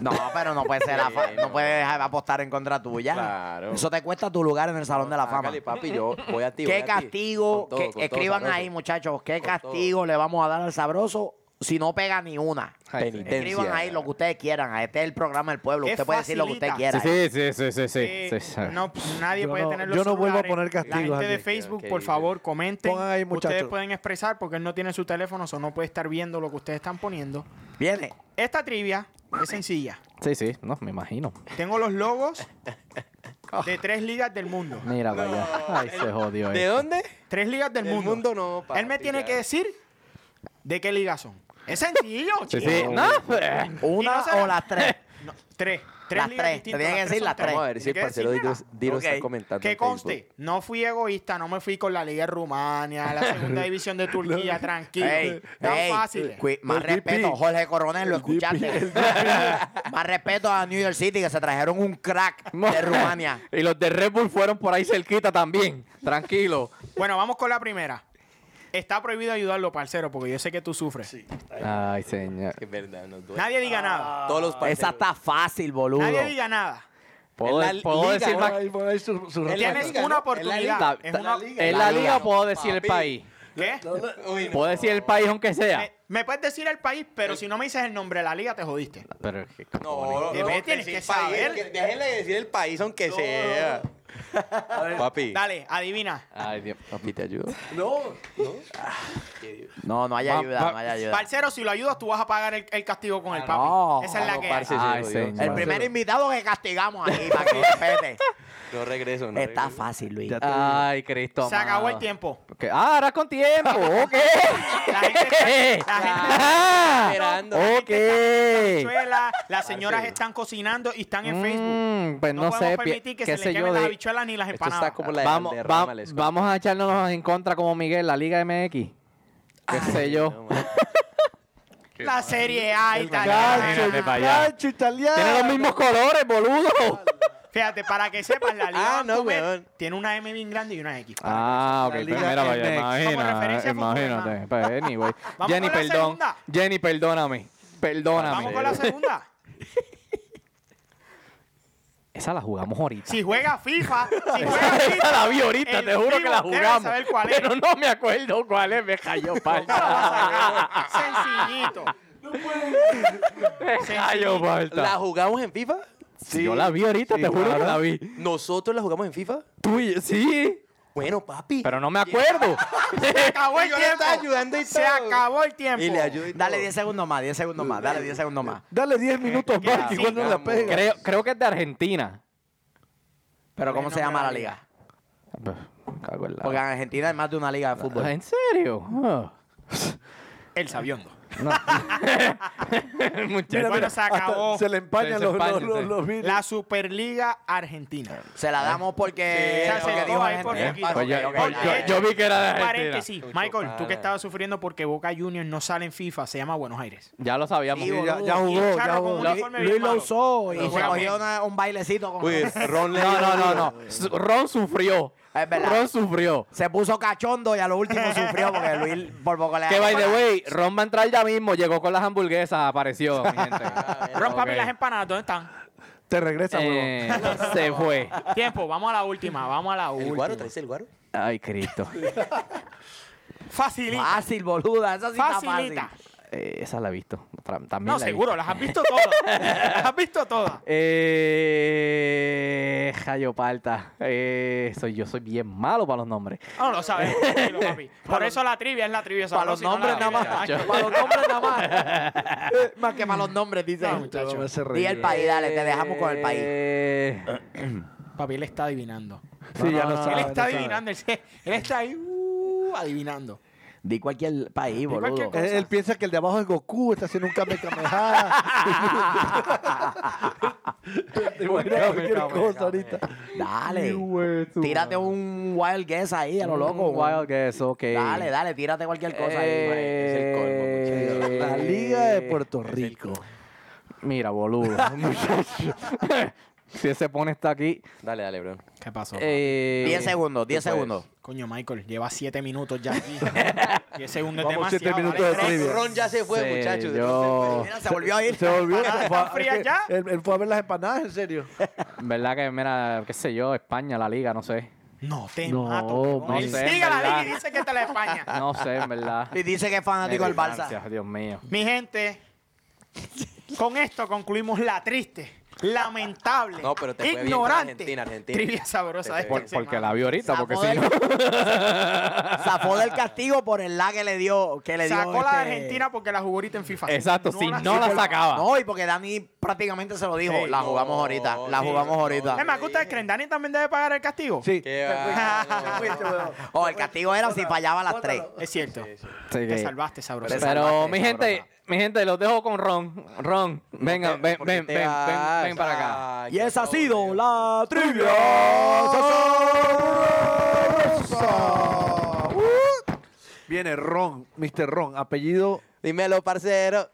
Speaker 1: No, pero no puede ser la fa-
Speaker 2: (laughs) Sí,
Speaker 1: no
Speaker 2: no.
Speaker 1: puedes apostar en contra tuya.
Speaker 2: Claro.
Speaker 1: Eso te cuesta tu lugar en el Salón de la Fama.
Speaker 2: Hágale, papi, yo voy a ti. voy
Speaker 1: ¿Qué
Speaker 2: a ti.
Speaker 1: castigo?
Speaker 2: Con todo,
Speaker 1: que-
Speaker 2: con todo,
Speaker 1: escriban
Speaker 2: sabroso.
Speaker 1: ahí, muchachos. ¿Qué
Speaker 2: Con todo.
Speaker 1: castigo le vamos a dar al sabroso si no pega ni una?
Speaker 4: Ay,
Speaker 2: Penitencia.
Speaker 1: Escriban ahí lo que ustedes quieran. Este es el programa del pueblo.
Speaker 5: Es
Speaker 1: Usted puede decir lo que usted
Speaker 5: facilita.
Speaker 1: quiera.
Speaker 4: Sí, sí, sí, sí, sí.
Speaker 5: Eh,
Speaker 4: sí, sí.
Speaker 5: No, nadie
Speaker 3: Yo
Speaker 5: puede
Speaker 3: no-
Speaker 5: tener los
Speaker 3: yo no vuelvo a poner
Speaker 5: celulares.
Speaker 3: castigos
Speaker 5: La gente de
Speaker 3: aquí.
Speaker 5: Facebook,
Speaker 2: Ok,
Speaker 5: por
Speaker 2: ok.
Speaker 5: favor, comenten.
Speaker 3: Pongan ahí, muchachos.
Speaker 5: Ustedes pueden expresar porque él no tiene su teléfono, o no puede estar viendo lo que ustedes están poniendo.
Speaker 1: Viene.
Speaker 5: Esta trivia es sencilla.
Speaker 4: Sí, sí, no, me imagino.
Speaker 5: Tengo los logos de tres ligas del mundo.
Speaker 4: Mira, vaya. Ay, se jodió.
Speaker 2: ¿De
Speaker 4: esto.
Speaker 2: dónde?
Speaker 5: Tres ligas del
Speaker 2: Del
Speaker 5: mundo.
Speaker 2: mundo no, papi,
Speaker 5: Él me tiene
Speaker 2: ya.
Speaker 5: que decir de qué ligas son. Es sencillo,
Speaker 4: Sí,
Speaker 5: chico.
Speaker 4: sí. No, eh.
Speaker 1: Una
Speaker 5: será-
Speaker 1: o las
Speaker 5: (laughs)
Speaker 1: tres.
Speaker 5: No, tres. Tres
Speaker 1: Las
Speaker 5: ligas
Speaker 1: tres,
Speaker 5: distintas.
Speaker 1: te tienen que decir
Speaker 5: son
Speaker 1: las tres.
Speaker 5: tres.
Speaker 2: Vamos a ver si el
Speaker 5: Tiene que
Speaker 2: parcero
Speaker 5: decirme la-
Speaker 2: Diro, Diro
Speaker 1: Ok.
Speaker 2: está comentando.
Speaker 5: Que
Speaker 2: en Facebook.
Speaker 5: conste, no fui egoísta, no me fui con la Liga de Rumania, la segunda división de Turquía, tranquilo.
Speaker 1: Ey,
Speaker 5: Tan
Speaker 1: ey,
Speaker 5: fácil.
Speaker 1: cui- más
Speaker 3: El VP.
Speaker 1: respeto, Jorge Coronel, lo
Speaker 3: El VP.
Speaker 1: escuchaste. (laughs) más respeto a New York City, que se trajeron un crack de
Speaker 4: (laughs)
Speaker 1: Rumania.
Speaker 4: Y los de Red Bull fueron por ahí cerquita también. Tranquilo.
Speaker 5: Bueno, vamos con la primera. Está prohibido ayudarlo, parcero, porque yo sé que tú sufres.
Speaker 4: Ay, señor.
Speaker 2: Es verdad, nos duele.
Speaker 5: Nadie diga nada.
Speaker 2: Todos los parceros.
Speaker 1: Esa está fácil, boludo.
Speaker 5: Nadie diga nada.
Speaker 4: ¿Puedo,
Speaker 2: En la
Speaker 4: puedo
Speaker 2: liga,
Speaker 4: decir más?
Speaker 3: Ahí pon ahí su- su
Speaker 2: Él
Speaker 3: respuesta.
Speaker 5: Tienes
Speaker 2: liga,
Speaker 5: una
Speaker 2: ¿no? Es la
Speaker 5: oportunidad.
Speaker 4: liga,
Speaker 5: Es una-
Speaker 4: En la liga puedo decir el
Speaker 2: Papi.
Speaker 4: país.
Speaker 5: ¿Qué?
Speaker 2: Uy, no.
Speaker 4: Puedo decir el país aunque sea.
Speaker 5: Me, me puedes decir el país, pero si no me dices el nombre de la liga, te jodiste.
Speaker 4: Pero es que-
Speaker 2: No,
Speaker 5: Debe- tienes
Speaker 2: decir
Speaker 5: que saber.
Speaker 2: país, que- Déjenle decir el país aunque sea. Papi.
Speaker 5: Dale, adivina.
Speaker 4: Ay, Dios.
Speaker 2: Papi, te ayudo.
Speaker 1: No, no hay
Speaker 4: Va-
Speaker 1: ayuda,
Speaker 4: va-
Speaker 1: no hay ayuda.
Speaker 5: Parcero, si lo ayudas, tú vas a pagar el, el castigo con el papi.
Speaker 1: No.
Speaker 5: Esa es la
Speaker 2: No,
Speaker 5: que hay.
Speaker 2: parce,
Speaker 4: Ay,
Speaker 2: se jodió.
Speaker 4: señor.
Speaker 1: El
Speaker 4: Parcero.
Speaker 1: primer invitado que castigamos aquí, para que respete.
Speaker 2: No regreso, no
Speaker 1: Está
Speaker 2: regreso.
Speaker 1: fácil, Luis.
Speaker 3: Ya
Speaker 4: Ay, Cristo.
Speaker 5: Se acabó el
Speaker 4: amado.
Speaker 5: tiempo.
Speaker 4: Ok. Ah, ahora con tiempo. Ok.
Speaker 5: La gente está- la gente
Speaker 4: (laughs) Ah,
Speaker 2: esperando.
Speaker 4: Ok.
Speaker 5: habichuelas, las señoras están cocinando y están en Facebook.
Speaker 4: Ah, Mm, pues
Speaker 5: No,
Speaker 4: no,
Speaker 5: podemos
Speaker 4: sé, pi-
Speaker 5: permitir que
Speaker 4: qué
Speaker 5: se
Speaker 4: sé
Speaker 5: les
Speaker 4: yo
Speaker 5: quemen las
Speaker 4: de-
Speaker 5: habichuelas ni las
Speaker 2: Esto está
Speaker 5: empanadas.
Speaker 2: como la de
Speaker 4: vamos,
Speaker 2: Valderrama,
Speaker 4: va-
Speaker 2: les-
Speaker 4: vamos a echarnos en contra como Miguel, la Liga MX.
Speaker 5: Ah,
Speaker 4: Qué sé yo.
Speaker 2: No, man.
Speaker 5: La serie A
Speaker 3: Gancho,
Speaker 5: italiana.
Speaker 4: Espérate, pa' allá.
Speaker 3: gancho italiano.
Speaker 4: Tiene los mismos colores, boludo.
Speaker 5: Fíjate, para que sepas,
Speaker 4: (laughs)
Speaker 5: la Liga
Speaker 2: Ah, no,
Speaker 5: Vancouver
Speaker 2: weón.
Speaker 5: tiene una M bien grande y una X.
Speaker 4: Ah, ok.
Speaker 3: La
Speaker 4: pues
Speaker 3: Liga
Speaker 4: mira, vaya,
Speaker 3: MX.
Speaker 5: Como referencia
Speaker 4: imagina,
Speaker 5: a fútbol,
Speaker 4: imagínate.
Speaker 5: (laughs)
Speaker 4: Pues, anyway.
Speaker 5: con
Speaker 4: Jenny,
Speaker 5: la
Speaker 4: perdón.
Speaker 5: segunda.
Speaker 4: Jenny, perdóname. Perdóname.
Speaker 5: Vamos con la segunda.
Speaker 4: Esa la jugamos ahorita.
Speaker 5: Si juega FIFA, si juega
Speaker 4: (laughs) Esa
Speaker 5: FIFA.
Speaker 4: la vi ahorita,
Speaker 5: el
Speaker 4: te juro que
Speaker 5: vivo
Speaker 4: la
Speaker 5: debe
Speaker 4: jugamos.
Speaker 5: saber cuál es.
Speaker 4: (laughs) Pero no me acuerdo cuál es,
Speaker 5: (laughs)
Speaker 4: me cayó falta. (laughs)
Speaker 5: Sencillito.
Speaker 4: me
Speaker 2: (laughs)
Speaker 4: cayó
Speaker 2: ¿La
Speaker 4: falta.
Speaker 2: jugamos en FIFA?
Speaker 4: Yo la vi ahorita,
Speaker 3: Sí,
Speaker 4: te juro que
Speaker 3: claro.
Speaker 4: la vi.
Speaker 2: ¿Nosotros la jugamos en FIFA?
Speaker 4: Tú y sí,
Speaker 2: Bueno, papi.
Speaker 4: pero no me
Speaker 3: (laughs)
Speaker 4: acuerdo.
Speaker 5: Acabó el
Speaker 2: Yo le estaba
Speaker 5: tiempo.
Speaker 2: ayudando y
Speaker 5: Se
Speaker 2: todo.
Speaker 5: acabó el tiempo.
Speaker 2: Y le ayudo y
Speaker 1: Dale
Speaker 2: todo.
Speaker 1: 10 segundos más, 10 segundos más, dale 10 segundos más.
Speaker 3: Dale 10 minutos
Speaker 5: Queda
Speaker 3: más y
Speaker 5: cinco.
Speaker 3: cuando la
Speaker 2: Vamos.
Speaker 3: pega.
Speaker 4: creo, creo que es de Argentina.
Speaker 1: Pero ¿cómo
Speaker 5: Bueno,
Speaker 1: se llama
Speaker 5: la
Speaker 1: la
Speaker 5: liga.
Speaker 1: liga?
Speaker 4: Me cago en la-
Speaker 1: Porque en Argentina hay más de una liga de fútbol.
Speaker 4: ¿En serio? Ah.
Speaker 5: El sabiondo.
Speaker 4: No. (laughs) Muchacho.
Speaker 5: Mira, Bueno, se
Speaker 3: hasta
Speaker 5: acabó.
Speaker 3: Se le empañan
Speaker 4: Se- se
Speaker 3: los, los,
Speaker 4: empañan,
Speaker 3: los,
Speaker 4: sí.
Speaker 3: los vidrios.
Speaker 5: La Superliga Argentina.
Speaker 1: Se la damos porque,
Speaker 5: Sí, se
Speaker 1: porque
Speaker 5: acercó
Speaker 1: dijo
Speaker 5: ahí
Speaker 1: Argentina.
Speaker 5: por poquito.
Speaker 1: Ok,
Speaker 4: Pues yo,
Speaker 1: ok,
Speaker 4: pues
Speaker 1: ya,
Speaker 4: yo-
Speaker 1: ya, ya.
Speaker 4: yo vi que era de Argentina.
Speaker 5: Paréntesis,
Speaker 2: Mucho
Speaker 5: Michael, tú
Speaker 2: pana.
Speaker 5: que estabas sufriendo porque Boca Juniors no sale en FIFA, se llama Buenos Aires.
Speaker 4: Ya lo sabíamos.
Speaker 1: Sí,
Speaker 3: Sí, ya,
Speaker 1: boludo.
Speaker 3: ya
Speaker 5: Y el
Speaker 3: jugó, ya
Speaker 5: charro con un
Speaker 3: jugó.
Speaker 5: uniforme
Speaker 3: Luis
Speaker 5: bien
Speaker 3: lo
Speaker 5: malo.
Speaker 3: usó y
Speaker 1: Y se
Speaker 5: Juega
Speaker 1: cogió una- un bailecito con
Speaker 2: Uy, Ron le
Speaker 4: No, no, no, no. Su- Ron sufrió.
Speaker 1: Es verdad.
Speaker 4: Ron sufrió.
Speaker 1: Se puso cachondo y a lo último sufrió porque Luis por poco le
Speaker 4: Que by the
Speaker 1: Bueno,
Speaker 4: way, Ron va a entrar ya mismo. Llegó con las hamburguesas, apareció. Mi
Speaker 5: (laughs)
Speaker 4: gente.
Speaker 5: Ron, papi,
Speaker 4: Ok.
Speaker 5: las empanadas, ¿dónde están?
Speaker 3: Te regresa,
Speaker 4: Eh,
Speaker 3: huevón.
Speaker 4: se fue.
Speaker 5: Tiempo, vamos a la última, vamos a la
Speaker 2: ¿El guaro?
Speaker 5: última.
Speaker 2: ¿Traes el guaro?
Speaker 3: (laughs)
Speaker 4: Ay, Cristo.
Speaker 5: Facilita.
Speaker 1: Fácil, boluda. Esa sí está
Speaker 5: Facilita.
Speaker 1: fácil.
Speaker 4: Eh, esa la he visto. Fra- También
Speaker 5: No,
Speaker 4: la he
Speaker 5: seguro,
Speaker 4: visto.
Speaker 5: las has visto todas. Las has visto todas.
Speaker 4: Eh, Jayo Palta. Eh, soy, yo soy bien malo para los nombres.
Speaker 5: No, lo sabemos, tranquilo, papi. Por eso la trivia es la trivia.
Speaker 1: Para los
Speaker 5: sabrosa, y no la
Speaker 1: nombres nada
Speaker 5: trivia.
Speaker 1: más. Para los nombres nada más. Eh, Más que para los nombres, dice.
Speaker 5: No,
Speaker 3: Puta, me hace
Speaker 1: Di
Speaker 3: reír.
Speaker 1: el país, dale, te dejamos con el país.
Speaker 4: Eh,
Speaker 5: (laughs) Papi, él está adivinando.
Speaker 3: Sí, ya no
Speaker 5: ah, Él
Speaker 3: sabe.
Speaker 5: está
Speaker 3: no sabe.
Speaker 5: adivinando, él, se- él está ahí uh, adivinando.
Speaker 1: Di cualquier país, boludo.
Speaker 5: cualquier
Speaker 3: Él, él piensa que el de abajo es Goku, está haciendo un Kame
Speaker 1: (laughs)
Speaker 3: cualquier cosa ahorita.
Speaker 1: Dale.
Speaker 4: Hijo de tu
Speaker 1: Tírate un wild guess ahí, a lo loco.
Speaker 4: Un Wild guess, ok.
Speaker 1: Dale, dale, tírate cualquier cosa ahí.
Speaker 2: es
Speaker 4: Eh,
Speaker 2: el colmo, muchachos.
Speaker 3: La Liga de Puerto Rico.
Speaker 1: (laughs)
Speaker 4: Mira, boludo. (laughs) muchacho. si ese pone está aquí.
Speaker 2: Dale, dale, bro.
Speaker 5: ¿Qué pasó?
Speaker 4: eh,
Speaker 1: 10 segundos, 10 segundos.
Speaker 5: Coño, Michael, lleva siete minutos ya
Speaker 2: (laughs)
Speaker 5: aquí. Diez segundos es
Speaker 3: Vamos, siete
Speaker 5: demasiado.
Speaker 3: minutos
Speaker 5: dale,
Speaker 3: de
Speaker 5: tres.
Speaker 3: trivia.
Speaker 2: Ron ya se fue,
Speaker 4: Sí,
Speaker 2: muchachos.
Speaker 4: yo-
Speaker 1: Mira, se volvió a ir.
Speaker 3: Se volvió.
Speaker 5: ¿Están frías ya?
Speaker 3: (laughs) Él, él fue a ver las empanadas, en serio.
Speaker 4: ¿Verdad que, mira, qué sé yo, España, la liga, no sé.
Speaker 5: No, te
Speaker 4: No,
Speaker 5: mato.
Speaker 4: no
Speaker 5: cabrón. Él
Speaker 4: sé, en
Speaker 5: sigue la
Speaker 4: verdad.
Speaker 5: liga y dice que está la España.
Speaker 4: No sé, en verdad.
Speaker 1: Y dice que es (laughs) fanático del Barça.
Speaker 4: Gracias, Dios mío.
Speaker 5: Mi gente, con esto concluimos la triste, lamentable,
Speaker 2: No, pero te fue bien con
Speaker 5: ignorante
Speaker 2: Argentina, Argentina.
Speaker 5: trivia sabrosa de este
Speaker 2: Te
Speaker 5: esta
Speaker 2: fue
Speaker 5: semana.
Speaker 4: Por- porque la vi ahorita, porque
Speaker 1: Zafó
Speaker 4: si
Speaker 1: del- (laughs)
Speaker 4: no.
Speaker 1: Zafó del castigo por el la que le dio. Que le dio
Speaker 5: Sacó la de
Speaker 1: este-
Speaker 5: Argentina porque la jugó ahorita en FIFA.
Speaker 4: Exacto, si no la
Speaker 5: sacó.
Speaker 4: sacaba.
Speaker 1: No, y porque Dani prácticamente se lo dijo.
Speaker 5: Sí.
Speaker 1: la jugamos
Speaker 2: No,
Speaker 1: ahorita, la
Speaker 2: sí,
Speaker 1: jugamos
Speaker 2: no.
Speaker 1: ahorita.
Speaker 5: Es más, ¿qué ustedes creen? ¿Dani también debe pagar el castigo?
Speaker 3: Sí.
Speaker 2: Qué bárbaro.
Speaker 1: (laughs) O Oh, el castigo era si fallaba las tres.
Speaker 5: Es cierto.
Speaker 4: Sí,
Speaker 5: Te
Speaker 4: que-
Speaker 5: salvaste, sabroso.
Speaker 4: Pero,
Speaker 1: salvaste,
Speaker 4: mi gente, mi gente, los dejo con Ron. Ron, venga, ven,
Speaker 2: ¿Por qué
Speaker 4: ven,
Speaker 2: te
Speaker 4: ven, ven,
Speaker 2: vas?
Speaker 4: ven para acá.
Speaker 2: Ay,
Speaker 1: Y
Speaker 2: qué
Speaker 1: esa ha
Speaker 2: sabor,
Speaker 1: sido
Speaker 2: Dios.
Speaker 1: la trivia.
Speaker 3: Ah, uh. Viene Ron, Mr. Ron, apellido.
Speaker 2: Dímelo, parcero.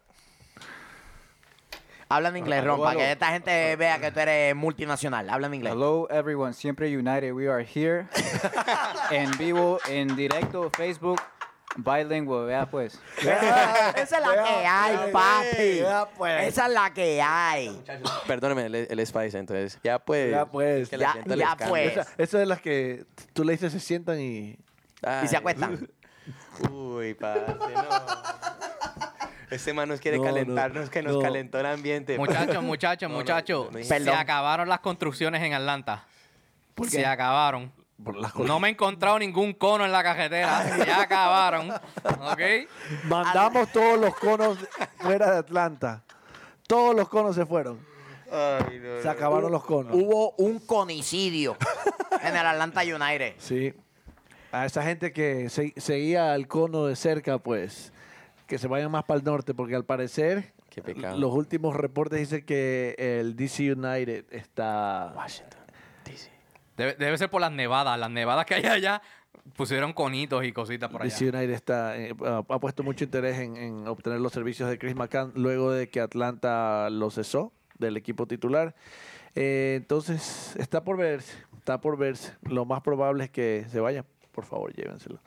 Speaker 1: Habla en inglés, Ron, para que esta gente vea que tú eres multinacional. Habla en inglés.
Speaker 6: Hello, everyone. Siempre United. We are
Speaker 7: (laughs)
Speaker 6: here. en vivo, en directo, Facebook. Bilingual. Vea pues.
Speaker 1: Esa es la que hay,
Speaker 3: Ya,
Speaker 1: papi.
Speaker 3: pues.
Speaker 1: Esa es la que hay.
Speaker 2: Perdóname, él, él es paisa, entonces. Ya pues.
Speaker 3: Ya, pues.
Speaker 2: Que la
Speaker 1: Ya-
Speaker 2: gente le
Speaker 1: ya,
Speaker 2: cambie.
Speaker 1: pues.
Speaker 3: Esa, esa de las que tú le dices se sientan y.
Speaker 2: Ay.
Speaker 1: Y se acuestan.
Speaker 2: Uy, parce, no. Este man nos quiere
Speaker 3: No, no,
Speaker 2: calentarnos, que nos
Speaker 3: no.
Speaker 2: calentó el ambiente.
Speaker 7: Muchachos, muchachos,
Speaker 2: No, no,
Speaker 7: muchachos.
Speaker 2: no, no.
Speaker 7: se
Speaker 1: Perdón.
Speaker 7: acabaron las construcciones en Atlanta. Se acabaron.
Speaker 3: Por las cosas.
Speaker 7: No me he encontrado ningún cono en la
Speaker 6: (laughs)
Speaker 7: carretera. Se acabaron. ¿Ok?
Speaker 3: Mandamos todos los conos fuera de Atlanta. Todos los conos se fueron.
Speaker 2: (laughs) Ay, no,
Speaker 3: Se
Speaker 2: uh,
Speaker 3: acabaron los conos.
Speaker 1: Hubo un conicidio en el Atlanta United.
Speaker 3: Sí. A esa gente que se- seguía al cono de cerca, pues, que se vayan más para el norte, porque al parecer
Speaker 2: Qué pecado.
Speaker 3: los últimos reportes dicen que el DC United está...
Speaker 7: Debe, debe ser por las nevadas. Las nevadas que hay allá pusieron conitos y cositas por allá.
Speaker 3: DC United está, eh, ha ha puesto mucho interés en, en obtener los servicios de Chris McCann luego de que Atlanta lo cesó del equipo titular. Eh, entonces, está por verse, está por verse. Lo más probable es que se vayan. Por favor, llévenselo.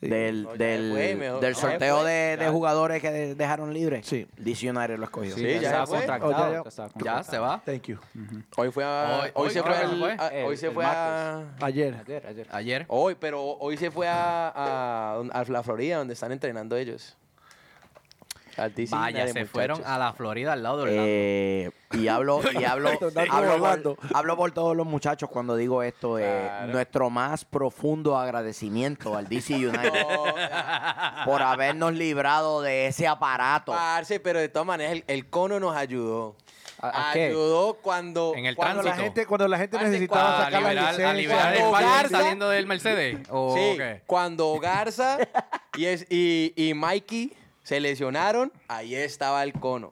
Speaker 3: Sí.
Speaker 1: Del,
Speaker 2: No, ya
Speaker 1: del,
Speaker 2: fue, mejor-
Speaker 1: del
Speaker 2: ya
Speaker 1: sorteo
Speaker 2: fue,
Speaker 1: de, de
Speaker 2: ya.
Speaker 1: jugadores que de- dejaron libres.
Speaker 3: Sí.
Speaker 1: DC United lo escogió.
Speaker 2: Sí, ya
Speaker 4: está
Speaker 2: fue.
Speaker 3: Oh, ya, ya.
Speaker 4: contratado. está
Speaker 7: Ya
Speaker 4: contratado.
Speaker 7: se va.
Speaker 3: Thank you.
Speaker 2: Hoy fue a. Hoy,
Speaker 7: Hoy- hoy
Speaker 2: se
Speaker 7: no,
Speaker 2: fue,
Speaker 7: ¿cuándo
Speaker 2: al-
Speaker 7: fue?
Speaker 2: a-
Speaker 4: El-
Speaker 2: hoy se
Speaker 4: el
Speaker 2: fue a.
Speaker 3: Ayer.
Speaker 4: Ayer, ayer.
Speaker 7: Ayer.
Speaker 2: Hoy, pero hoy se fue a, a, a la Florida, donde están entrenando ellos. Al DC
Speaker 7: Vaya,
Speaker 2: United,
Speaker 7: se
Speaker 2: muchachos.
Speaker 7: fueron a la Florida al lado de Orlando.
Speaker 1: Eh, y hablo,
Speaker 3: (laughs)
Speaker 1: y hablo,
Speaker 3: Están
Speaker 1: hablo,
Speaker 3: jugando.
Speaker 1: por, hablo por todos los muchachos cuando digo esto. eh,
Speaker 2: Claro.
Speaker 1: Nuestro más profundo agradecimiento al DC United
Speaker 2: (laughs) No,
Speaker 1: por habernos librado de ese aparato.
Speaker 2: parce, pero de todas maneras, el, el cono nos ayudó.
Speaker 4: ¿A- a qué?
Speaker 2: ayudó cuando.
Speaker 7: En el
Speaker 2: cuando
Speaker 3: Cuando la
Speaker 7: Tránsito.
Speaker 3: gente, cuando la gente
Speaker 2: Hace
Speaker 3: necesitaba
Speaker 7: a
Speaker 3: sacar la
Speaker 7: liberar,
Speaker 3: licencia.
Speaker 7: Ah, a liberar el
Speaker 2: Cuando
Speaker 7: parking
Speaker 2: Garza-
Speaker 7: saliendo del Mercedes.
Speaker 2: (laughs)
Speaker 7: Oh, ¿O
Speaker 2: Sí,
Speaker 7: qué?
Speaker 2: cuando Garza y, es, y, y Mikey se lesionaron, ahí estaba el cono.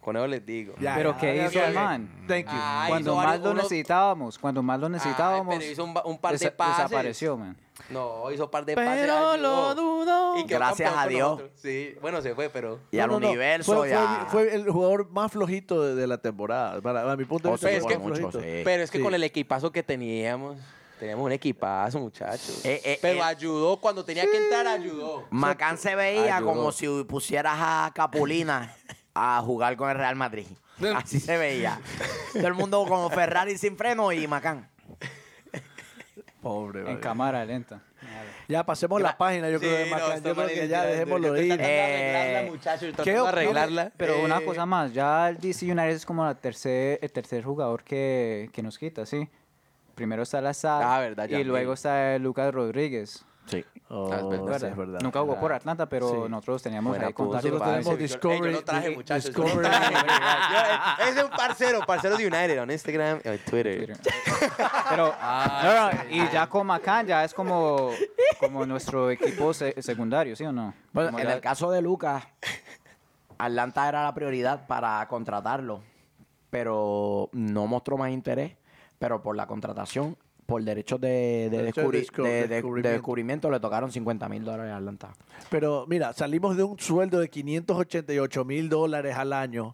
Speaker 2: Con eso les digo.
Speaker 3: Ya,
Speaker 6: Pero
Speaker 3: ya,
Speaker 6: ¿qué
Speaker 3: ya,
Speaker 6: hizo
Speaker 3: ya,
Speaker 6: el
Speaker 3: ya.
Speaker 6: man?
Speaker 3: Thank you.
Speaker 2: Ah,
Speaker 6: cuando
Speaker 2: hizo
Speaker 6: más
Speaker 2: varios-
Speaker 6: lo
Speaker 2: uno-
Speaker 6: necesitábamos, cuando más lo necesitábamos.
Speaker 2: pero hizo un, ba- un par de
Speaker 6: desa-
Speaker 2: pases.
Speaker 6: Desapareció, man.
Speaker 2: No, hizo par de pases.
Speaker 7: Pero
Speaker 2: ayudó.
Speaker 7: lo dudo.
Speaker 2: Y quedó
Speaker 1: Gracias
Speaker 2: campeón
Speaker 1: a
Speaker 2: con
Speaker 1: Dios.
Speaker 2: nosotros. Sí, bueno, se fue, pero.
Speaker 1: Y al
Speaker 3: No, no, no.
Speaker 1: universo,
Speaker 3: Fue,
Speaker 1: y a-
Speaker 3: fue- fue el jugador más flojito de, de la temporada. Para, para mi punto de
Speaker 1: Oh,
Speaker 3: vista,
Speaker 1: sí,
Speaker 2: es
Speaker 1: por
Speaker 2: que-
Speaker 3: fue el más
Speaker 1: mucho,
Speaker 3: flojito.
Speaker 1: sí.
Speaker 2: Pero es que
Speaker 3: Sí.
Speaker 2: con el equipazo que teníamos, teníamos un equipazo, muchachos.
Speaker 1: Eh, eh,
Speaker 2: pero
Speaker 1: eh.
Speaker 2: ayudó, cuando tenía que entrar, ayudó.
Speaker 1: Macán se veía
Speaker 2: Ayudó.
Speaker 1: como si pusieras a Capulina a jugar con el Real Madrid. Así se veía. Todo el mundo como Ferrari sin freno y Macán.
Speaker 3: Pobre,
Speaker 6: En
Speaker 3: vale.
Speaker 6: cámara lenta.
Speaker 3: Ya pasemos la página, yo creo, de
Speaker 2: Sí, no,
Speaker 3: Macán.
Speaker 2: está
Speaker 3: Yo creo
Speaker 2: mal
Speaker 3: que ya
Speaker 2: entendido.
Speaker 3: dejémoslo
Speaker 2: Yo
Speaker 3: ir.
Speaker 2: tratando de arreglarla,
Speaker 1: Eh,
Speaker 2: muchachos,
Speaker 1: ¿qué
Speaker 2: tratando de
Speaker 1: op-
Speaker 2: arreglarla.
Speaker 6: Pero una
Speaker 2: Eh,
Speaker 6: cosa más, ya el DC United es como la tercer, el tercer jugador que, que nos quita, ¿sí? Primero está la
Speaker 2: Ah, verdad,
Speaker 6: y
Speaker 2: Yamil.
Speaker 6: luego está Lucas Rodríguez.
Speaker 1: Sí.
Speaker 3: Oh,
Speaker 2: Ah, es verdad,
Speaker 3: sí,
Speaker 2: sí.
Speaker 3: verdad.
Speaker 6: Nunca jugó por
Speaker 3: Verdad.
Speaker 6: Atlanta, pero
Speaker 3: Sí.
Speaker 6: nosotros teníamos
Speaker 4: Buena
Speaker 6: ahí
Speaker 4: cosa,
Speaker 6: contacto.
Speaker 3: Nosotros
Speaker 6: con-
Speaker 3: tenemos
Speaker 2: Yo-
Speaker 3: Discovery.
Speaker 2: Yo, lo traje,
Speaker 3: Di-
Speaker 2: muchachos.
Speaker 3: Discovery.
Speaker 2: (laughs) Yo- es un parcero, parcero de United en Instagram, en Twitter.
Speaker 6: Twitter. Pero,
Speaker 7: Ah,
Speaker 6: no, no, y ya con Macán ya es como, como nuestro equipo se- secundario, ¿sí o no?
Speaker 1: Bueno,
Speaker 6: Como
Speaker 1: en
Speaker 6: ya-
Speaker 1: el caso de Lucas, Atlanta era la prioridad para contratarlo, pero no mostró más interés. Pero por la contratación, por derechos de, de
Speaker 3: Derechos de
Speaker 1: descubri-
Speaker 3: disco-
Speaker 1: de- de- de
Speaker 3: descubrimiento.
Speaker 1: descubrimiento. le tocaron 50 mil dólares a Atlanta.
Speaker 3: Pero mira, salimos de un sueldo de 588 mil dólares al año.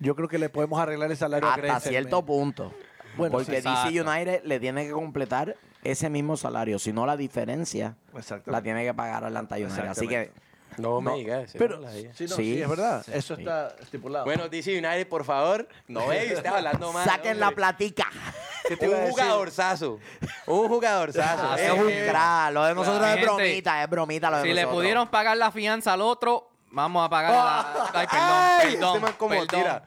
Speaker 3: Yo creo que le podemos arreglar el salario a
Speaker 1: Hasta
Speaker 3: Grayson,
Speaker 1: cierto
Speaker 3: man.
Speaker 1: punto.
Speaker 3: Bueno,
Speaker 1: porque
Speaker 3: sí,
Speaker 1: DC
Speaker 7: exacto.
Speaker 1: United le tiene que completar ese mismo salario, si no la diferencia la
Speaker 3: Exactamente.
Speaker 1: tiene que pagar Atlanta United. Así que
Speaker 3: Exactamente.
Speaker 2: No me digas.
Speaker 3: Pero,
Speaker 2: no la digas.
Speaker 3: sí, no,
Speaker 1: Sí,
Speaker 3: sí, es verdad.
Speaker 1: sí,
Speaker 3: Eso
Speaker 1: sí.
Speaker 3: está estipulado.
Speaker 2: Bueno, DC United, por favor, no ve, usted hablando mal.
Speaker 1: saquen la
Speaker 2: hombre.
Speaker 1: platica.
Speaker 2: Un jugadorzazo. Un jugadorzazo.
Speaker 7: Ah,
Speaker 1: Es
Speaker 2: Eh,
Speaker 1: un
Speaker 2: eh,
Speaker 1: crack. Lo de nosotros
Speaker 7: Claro.
Speaker 1: es bromita, es bromita lo de
Speaker 7: Si le
Speaker 1: nosotros.
Speaker 7: pudieron pagar la fianza al otro, vamos a pagar
Speaker 6: Ah,
Speaker 7: la... Ay,
Speaker 2: ¡Ay!
Speaker 7: perdón,
Speaker 2: Este
Speaker 7: perdón,
Speaker 2: man como
Speaker 7: perdón.
Speaker 2: tira.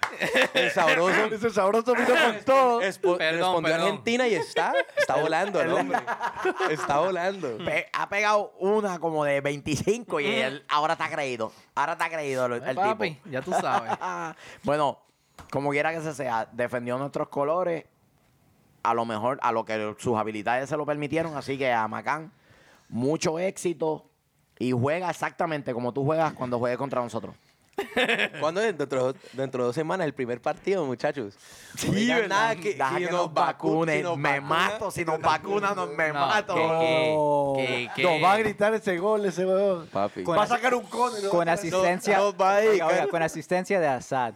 Speaker 2: El sabroso.
Speaker 3: Ese sabroso vino con todo.
Speaker 2: Espo-
Speaker 7: Perdón,
Speaker 2: respondió
Speaker 7: perdón.
Speaker 2: a Argentina y está, está volando el hombre. Está volando.
Speaker 1: Pe- ha pegado una como de 25 y él ahora está creído. Ahora está creído el, el
Speaker 7: Papi,
Speaker 1: tipo.
Speaker 7: ya tú sabes.
Speaker 1: Ah, (laughs) bueno, como quiera que se sea, defendió nuestros colores. A lo mejor, a lo que sus habilidades se lo permitieron. Así que a Macán, mucho éxito. Y juega exactamente como tú juegas cuando juegues contra nosotros.
Speaker 2: ¿Cuándo es? Dentro, de- dentro de dos semanas el primer partido, muchachos. Sí,
Speaker 1: Deja que, nos vacunen. me mato. Si nos vacunan, nos- me
Speaker 7: No,
Speaker 1: mato.
Speaker 7: que- que- que-
Speaker 3: Nos va a gritar ese gol, ese huevón.
Speaker 2: Papi.
Speaker 6: Con
Speaker 3: Va a
Speaker 6: asi-
Speaker 3: sacar un cono. y lo va
Speaker 6: Con
Speaker 3: a tirar.
Speaker 6: asistencia,
Speaker 2: no va a ir,
Speaker 6: Oiga, oiga,
Speaker 2: cara.
Speaker 6: con asistencia de Assad.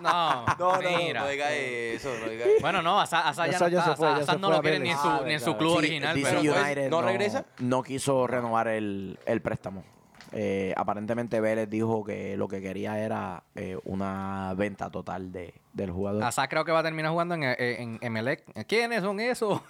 Speaker 7: No,
Speaker 2: No, no,
Speaker 7: mira.
Speaker 2: no diga eso, no diga
Speaker 7: (laughs) Bueno, no, Asa, Asa ya
Speaker 3: Asa
Speaker 7: no,
Speaker 3: ya
Speaker 7: está,
Speaker 3: se fue,
Speaker 7: Asa-
Speaker 3: ya
Speaker 7: Asa
Speaker 3: se
Speaker 7: no
Speaker 3: fue
Speaker 7: lo
Speaker 3: a
Speaker 7: quieren ni en su,
Speaker 6: Vélez.
Speaker 7: ni en
Speaker 6: Ah,
Speaker 7: su club
Speaker 1: Sí,
Speaker 7: original.
Speaker 1: DC
Speaker 7: pero pues,
Speaker 1: United
Speaker 2: ¿no regresa?
Speaker 1: No quiso renovar el, el préstamo. Eh, aparentemente Vélez dijo que lo que quería era eh, una venta total de, del jugador.
Speaker 7: Asa creo que va a terminar jugando en, eh, en, en Emelec. ¿Quiénes son
Speaker 1: (laughs)
Speaker 7: esos?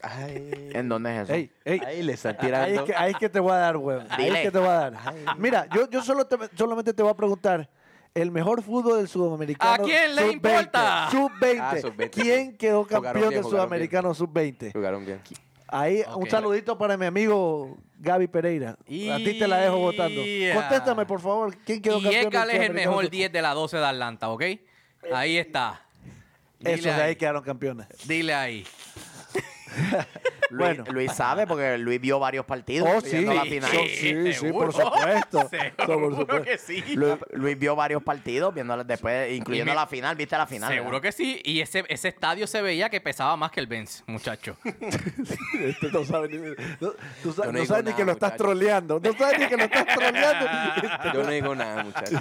Speaker 2: Ay,
Speaker 1: ¿En dónde es eso?
Speaker 3: Ey, ey,
Speaker 2: ahí le están
Speaker 3: Ahí es,
Speaker 2: tirando.
Speaker 3: que, ahí es que te voy a dar, huevón. Ahí es
Speaker 1: Dile.
Speaker 3: que te voy a dar. Mira, yo, yo solo te- solamente te voy a preguntar. El mejor fútbol del sudamericano.
Speaker 7: ¿A quién le
Speaker 3: sub-20,
Speaker 7: importa?
Speaker 3: Sub-20.
Speaker 2: Ah, sub-20.
Speaker 3: ¿Quién quedó
Speaker 2: Jugaron
Speaker 3: campeón
Speaker 2: bien,
Speaker 3: del
Speaker 2: jugaron
Speaker 3: sudamericano sub-20?
Speaker 2: Jugaron bien.
Speaker 3: Ahí, un
Speaker 7: Ok.
Speaker 3: saludito para mi amigo Gaby Pereira. A ti te la dejo votando.
Speaker 7: Yeah.
Speaker 3: Contéstame, por favor. ¿Quién quedó
Speaker 7: Y
Speaker 3: campeón
Speaker 7: Edgar
Speaker 3: del
Speaker 7: es el
Speaker 3: sudamericano
Speaker 7: mejor
Speaker 3: sub-
Speaker 7: 10 de la 12 de Atlanta, ¿ok? Ahí está. Dile
Speaker 3: Esos de
Speaker 7: ahí.
Speaker 3: ahí quedaron campeones.
Speaker 7: Dile ahí.
Speaker 1: Luis,
Speaker 3: bueno.
Speaker 1: Luis sabe porque Luis vio varios partidos.
Speaker 3: Oh, sí.
Speaker 1: incluyendo la final.
Speaker 3: Sí, sí, sí, por supuesto. Por
Speaker 7: Seguro
Speaker 3: supuesto.
Speaker 7: que sí.
Speaker 1: Luis, Luis vio varios partidos, viendo la- después, incluyendo
Speaker 7: Y me-
Speaker 1: la final. ¿Viste la final?
Speaker 7: Seguro que sí. Y ese, ese estadio se veía que pesaba más que el Benz, muchacho.
Speaker 3: Este no sabe ni, no, tú sa-
Speaker 2: Yo no
Speaker 3: no
Speaker 2: digo
Speaker 3: sabes ni
Speaker 2: nada,
Speaker 3: que lo estás
Speaker 2: muchacho.
Speaker 3: troleando. No sabes ni que lo estás troleando.
Speaker 2: (laughs) Yo no digo nada, muchachos.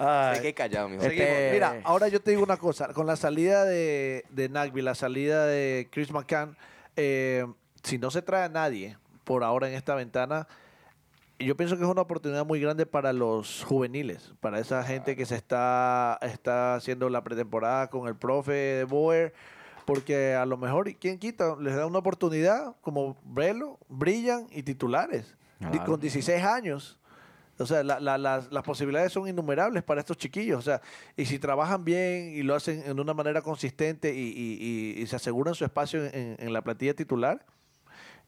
Speaker 3: Ay.
Speaker 2: Sé que he callado, mijo.
Speaker 3: Seguimos.
Speaker 1: Este-
Speaker 3: Mira, ahora yo te digo una cosa. Con la salida de, de Nagby, la salida de Chris McCann, eh, si no se trae a nadie por ahora en esta ventana, yo pienso que es una oportunidad muy grande para los juveniles, para esa gente que se está, está haciendo la pretemporada con el profe de Boer, porque a lo mejor, ¿y ¿quién quita? Les da una oportunidad como Brelo, brillan y titulares, di-
Speaker 1: Claro.
Speaker 3: con 16 años. O sea, la- la- las, las posibilidades son innumerables para estos chiquillos. O sea, y si trabajan bien y lo hacen en una manera consistente y, y- y- y se aseguran su espacio en, en la plantilla titular,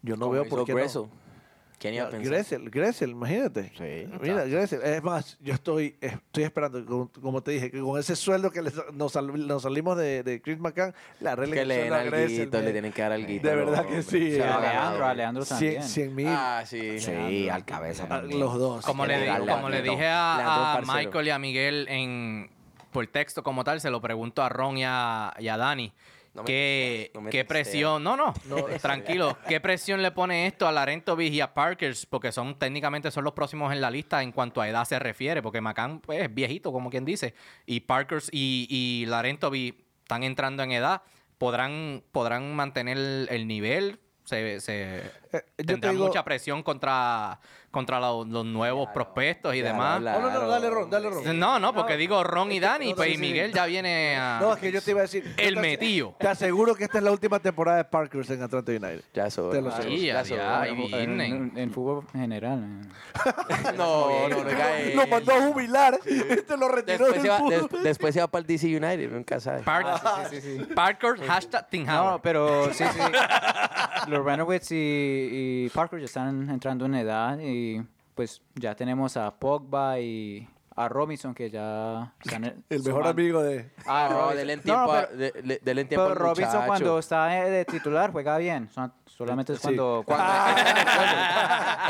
Speaker 3: yo no
Speaker 2: Como
Speaker 3: veo
Speaker 2: hizo
Speaker 3: por qué no.
Speaker 2: Gressel. ¿Quién iba a pensar?
Speaker 3: Gressel, Gressel, imagínate.
Speaker 1: Sí.
Speaker 3: Mira, Gressel, es más, yo estoy, estoy esperando, como, como te dije, que con ese sueldo que les- nos, sal- nos salimos de, de Chris McCann, la regla
Speaker 2: Que le den alguito, le tienen que dar alguito.
Speaker 3: De verdad que
Speaker 2: hombre.
Speaker 3: sí,
Speaker 2: Se
Speaker 6: A
Speaker 2: lo ha
Speaker 3: eh.
Speaker 2: ganado.
Speaker 6: Leandro, a Leandro también.
Speaker 3: 100, mil.
Speaker 2: Ah, sí.
Speaker 1: Sí, al cabeza.
Speaker 3: Ah,
Speaker 1: también.
Speaker 3: los dos.
Speaker 7: Como le,
Speaker 1: que
Speaker 7: digo-
Speaker 1: darle
Speaker 7: como
Speaker 1: a
Speaker 7: le
Speaker 1: Leandro.
Speaker 7: dije a, a
Speaker 2: Leandro, parcero.
Speaker 7: Michael y a Miguel en, por texto como tal, se lo pregunto a Ron y a, y a Dani.
Speaker 2: No me-
Speaker 7: ¿Qué,
Speaker 2: no me
Speaker 7: qué
Speaker 2: testea.
Speaker 7: presión? No, no, (laughs) tranquilo. ¿Qué presión le pone esto a Larentovich y a Parkers? Porque son técnicamente son los próximos en la lista en cuanto a edad se refiere, porque Macan pues, es viejito, como quien dice. Y Parkers y, y Larentovich están entrando en edad. ¿Podrán, podrán mantener el, el nivel? Se, se
Speaker 3: Eh, yo te
Speaker 7: tendrán
Speaker 3: digo-
Speaker 7: mucha presión contra, contra los, los nuevos prospectos y
Speaker 2: Claro,
Speaker 7: demás.
Speaker 2: claro.
Speaker 3: Oh, No, no, no, dale ron, dale ron.
Speaker 7: No, no, porque digo Ron y
Speaker 3: Es que-
Speaker 7: Dani,
Speaker 3: no,
Speaker 7: pues
Speaker 3: sí,
Speaker 7: y
Speaker 3: sí.
Speaker 7: Miguel ya viene a...
Speaker 3: (laughs) No, es que yo te iba a decir.
Speaker 7: El
Speaker 3: yo te-
Speaker 7: metido.
Speaker 3: Te aseguro que esta es la última temporada de Parkers en Atlanta United.
Speaker 2: Ya es hora.
Speaker 3: Te lo
Speaker 2: Ah,
Speaker 3: aseguro.
Speaker 7: Sí,
Speaker 2: ya
Speaker 7: ya,
Speaker 2: es hora.
Speaker 7: ya, y
Speaker 6: En- en-
Speaker 7: Disney.
Speaker 6: En, fútbol general. eh.
Speaker 2: (laughs) No, no, no, cae.
Speaker 3: Lo mandó a jubilar. Este lo retiró
Speaker 2: Después se,
Speaker 3: del
Speaker 2: va,
Speaker 3: fútbol.
Speaker 2: des- después se va para el DC United, nunca sabe.
Speaker 7: Park-
Speaker 3: Ah,
Speaker 7: Parker, hashtag Tim
Speaker 6: No,
Speaker 7: Howard.
Speaker 6: (laughs) pero sí, sí. Los Renowitz y, y Parker ya están entrando en edad y pues ya tenemos a Pogba y a Robinson que ya (laughs) e-, están
Speaker 3: El mejor amigo de.
Speaker 6: Ah,
Speaker 2: No,
Speaker 6: Robinson.
Speaker 2: denle en
Speaker 6: No,
Speaker 2: tiempo, a-
Speaker 6: pero-
Speaker 2: de- le- denle en tiempo
Speaker 6: Pero
Speaker 2: al
Speaker 6: Robinson
Speaker 2: muchacho. (laughs)
Speaker 6: cuando está eh, de titular juega bien. Son- Solamente es
Speaker 3: Sí.
Speaker 6: cuando... cuando-
Speaker 2: Cuando-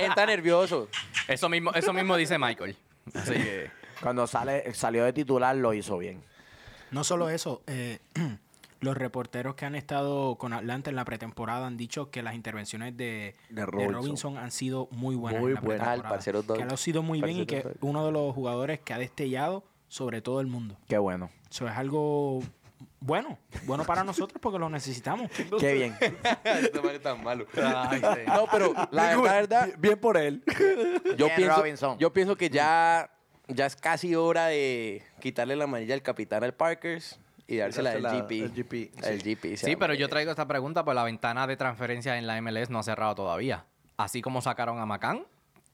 Speaker 2: Está nervioso.
Speaker 7: Eso mismo, eso mismo dice Michael. Así que...
Speaker 1: Cuando sale, salió de titular lo hizo bien.
Speaker 5: No solo eso, eh, (clears throat) los reporteros que han estado con Atlanta en la pretemporada han dicho que las intervenciones de,
Speaker 3: De
Speaker 5: de
Speaker 3: Robinson.
Speaker 5: Robinson. han sido muy buenas.
Speaker 2: Muy
Speaker 5: en la
Speaker 2: buenas.
Speaker 5: pretemporada,
Speaker 2: Al parcero Doug.
Speaker 5: Que lo ha sido muy bien y que
Speaker 2: Parcero Doug.
Speaker 5: uno de los jugadores que ha destellado sobre todo el mundo.
Speaker 1: Qué bueno.
Speaker 5: Eso es algo bueno, bueno para nosotros porque lo necesitamos.
Speaker 1: Qué bien.
Speaker 2: Este man es tan malo. No, pero la
Speaker 3: Digo,
Speaker 2: verdad,
Speaker 3: bien- Bien por él.
Speaker 2: yo
Speaker 1: Bien,
Speaker 2: pienso,
Speaker 1: Robinson.
Speaker 2: yo pienso que ya, ya es casi hora de quitarle la manilla al capitán al Parkers y dársela al
Speaker 3: Dársela
Speaker 2: GP.
Speaker 3: al GP,
Speaker 2: Al
Speaker 3: sí.
Speaker 2: GP,
Speaker 7: Sí, pero yo traigo esta pregunta pues la ventana de transferencias en la MLS no ha cerrado todavía. Así como sacaron a Macán,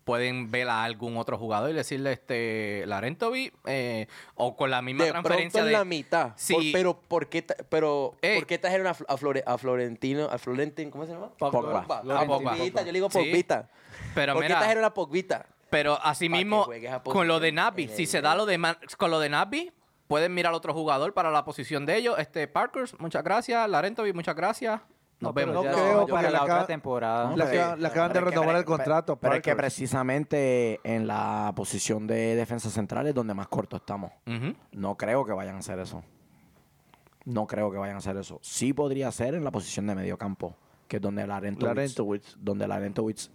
Speaker 7: pueden ver a algún otro jugador y decirle este Larentovi eh, o con la misma
Speaker 2: de pronto
Speaker 7: transferencia
Speaker 2: en
Speaker 7: de
Speaker 2: la mitad.
Speaker 7: Sí.
Speaker 2: Por- pero ¿por qué, ta- pero,
Speaker 7: Ey.
Speaker 2: ¿por qué trajeron a, Fl- a Flore- a Florentino? ¿A Florentin? ¿Cómo se llama?
Speaker 6: Pogba.
Speaker 2: A
Speaker 7: Pogba.
Speaker 2: Pogbita, yo le digo
Speaker 7: Sí.
Speaker 2: Pogbita.
Speaker 7: Pero
Speaker 2: ¿Por qué
Speaker 7: mira-
Speaker 2: trajeron a Pogbita?
Speaker 7: Pero
Speaker 2: Pa' que
Speaker 7: asimismo,
Speaker 2: juegues a
Speaker 7: con lo de
Speaker 2: posición
Speaker 7: Nabi,
Speaker 2: en
Speaker 7: si
Speaker 2: el-
Speaker 7: se da lo de Man- con lo de Nabi, pueden mirar al otro jugador para la posición de ellos. Este Parkers, muchas gracias. Larentovi, muchas gracias. Nos
Speaker 6: No, pero
Speaker 7: vemos.
Speaker 3: no
Speaker 6: ya
Speaker 3: creo,
Speaker 6: son
Speaker 3: porque
Speaker 6: para
Speaker 3: la
Speaker 6: la
Speaker 3: acaba-
Speaker 6: otra temporada.
Speaker 3: Le acaban, le acaban de
Speaker 1: Pero es que
Speaker 3: renovar
Speaker 1: pre-
Speaker 3: el contrato.
Speaker 1: Pero es que
Speaker 3: Parkers.
Speaker 1: precisamente en la posición de defensa central es donde más corto estamos.
Speaker 7: Ujú.
Speaker 1: No creo que vayan a hacer eso. No creo que vayan a hacer eso. Sí podría ser en la posición de mediocampo, que es donde Larentowicz,
Speaker 3: Larentowicz.
Speaker 1: donde Larentowicz
Speaker 2: Sí,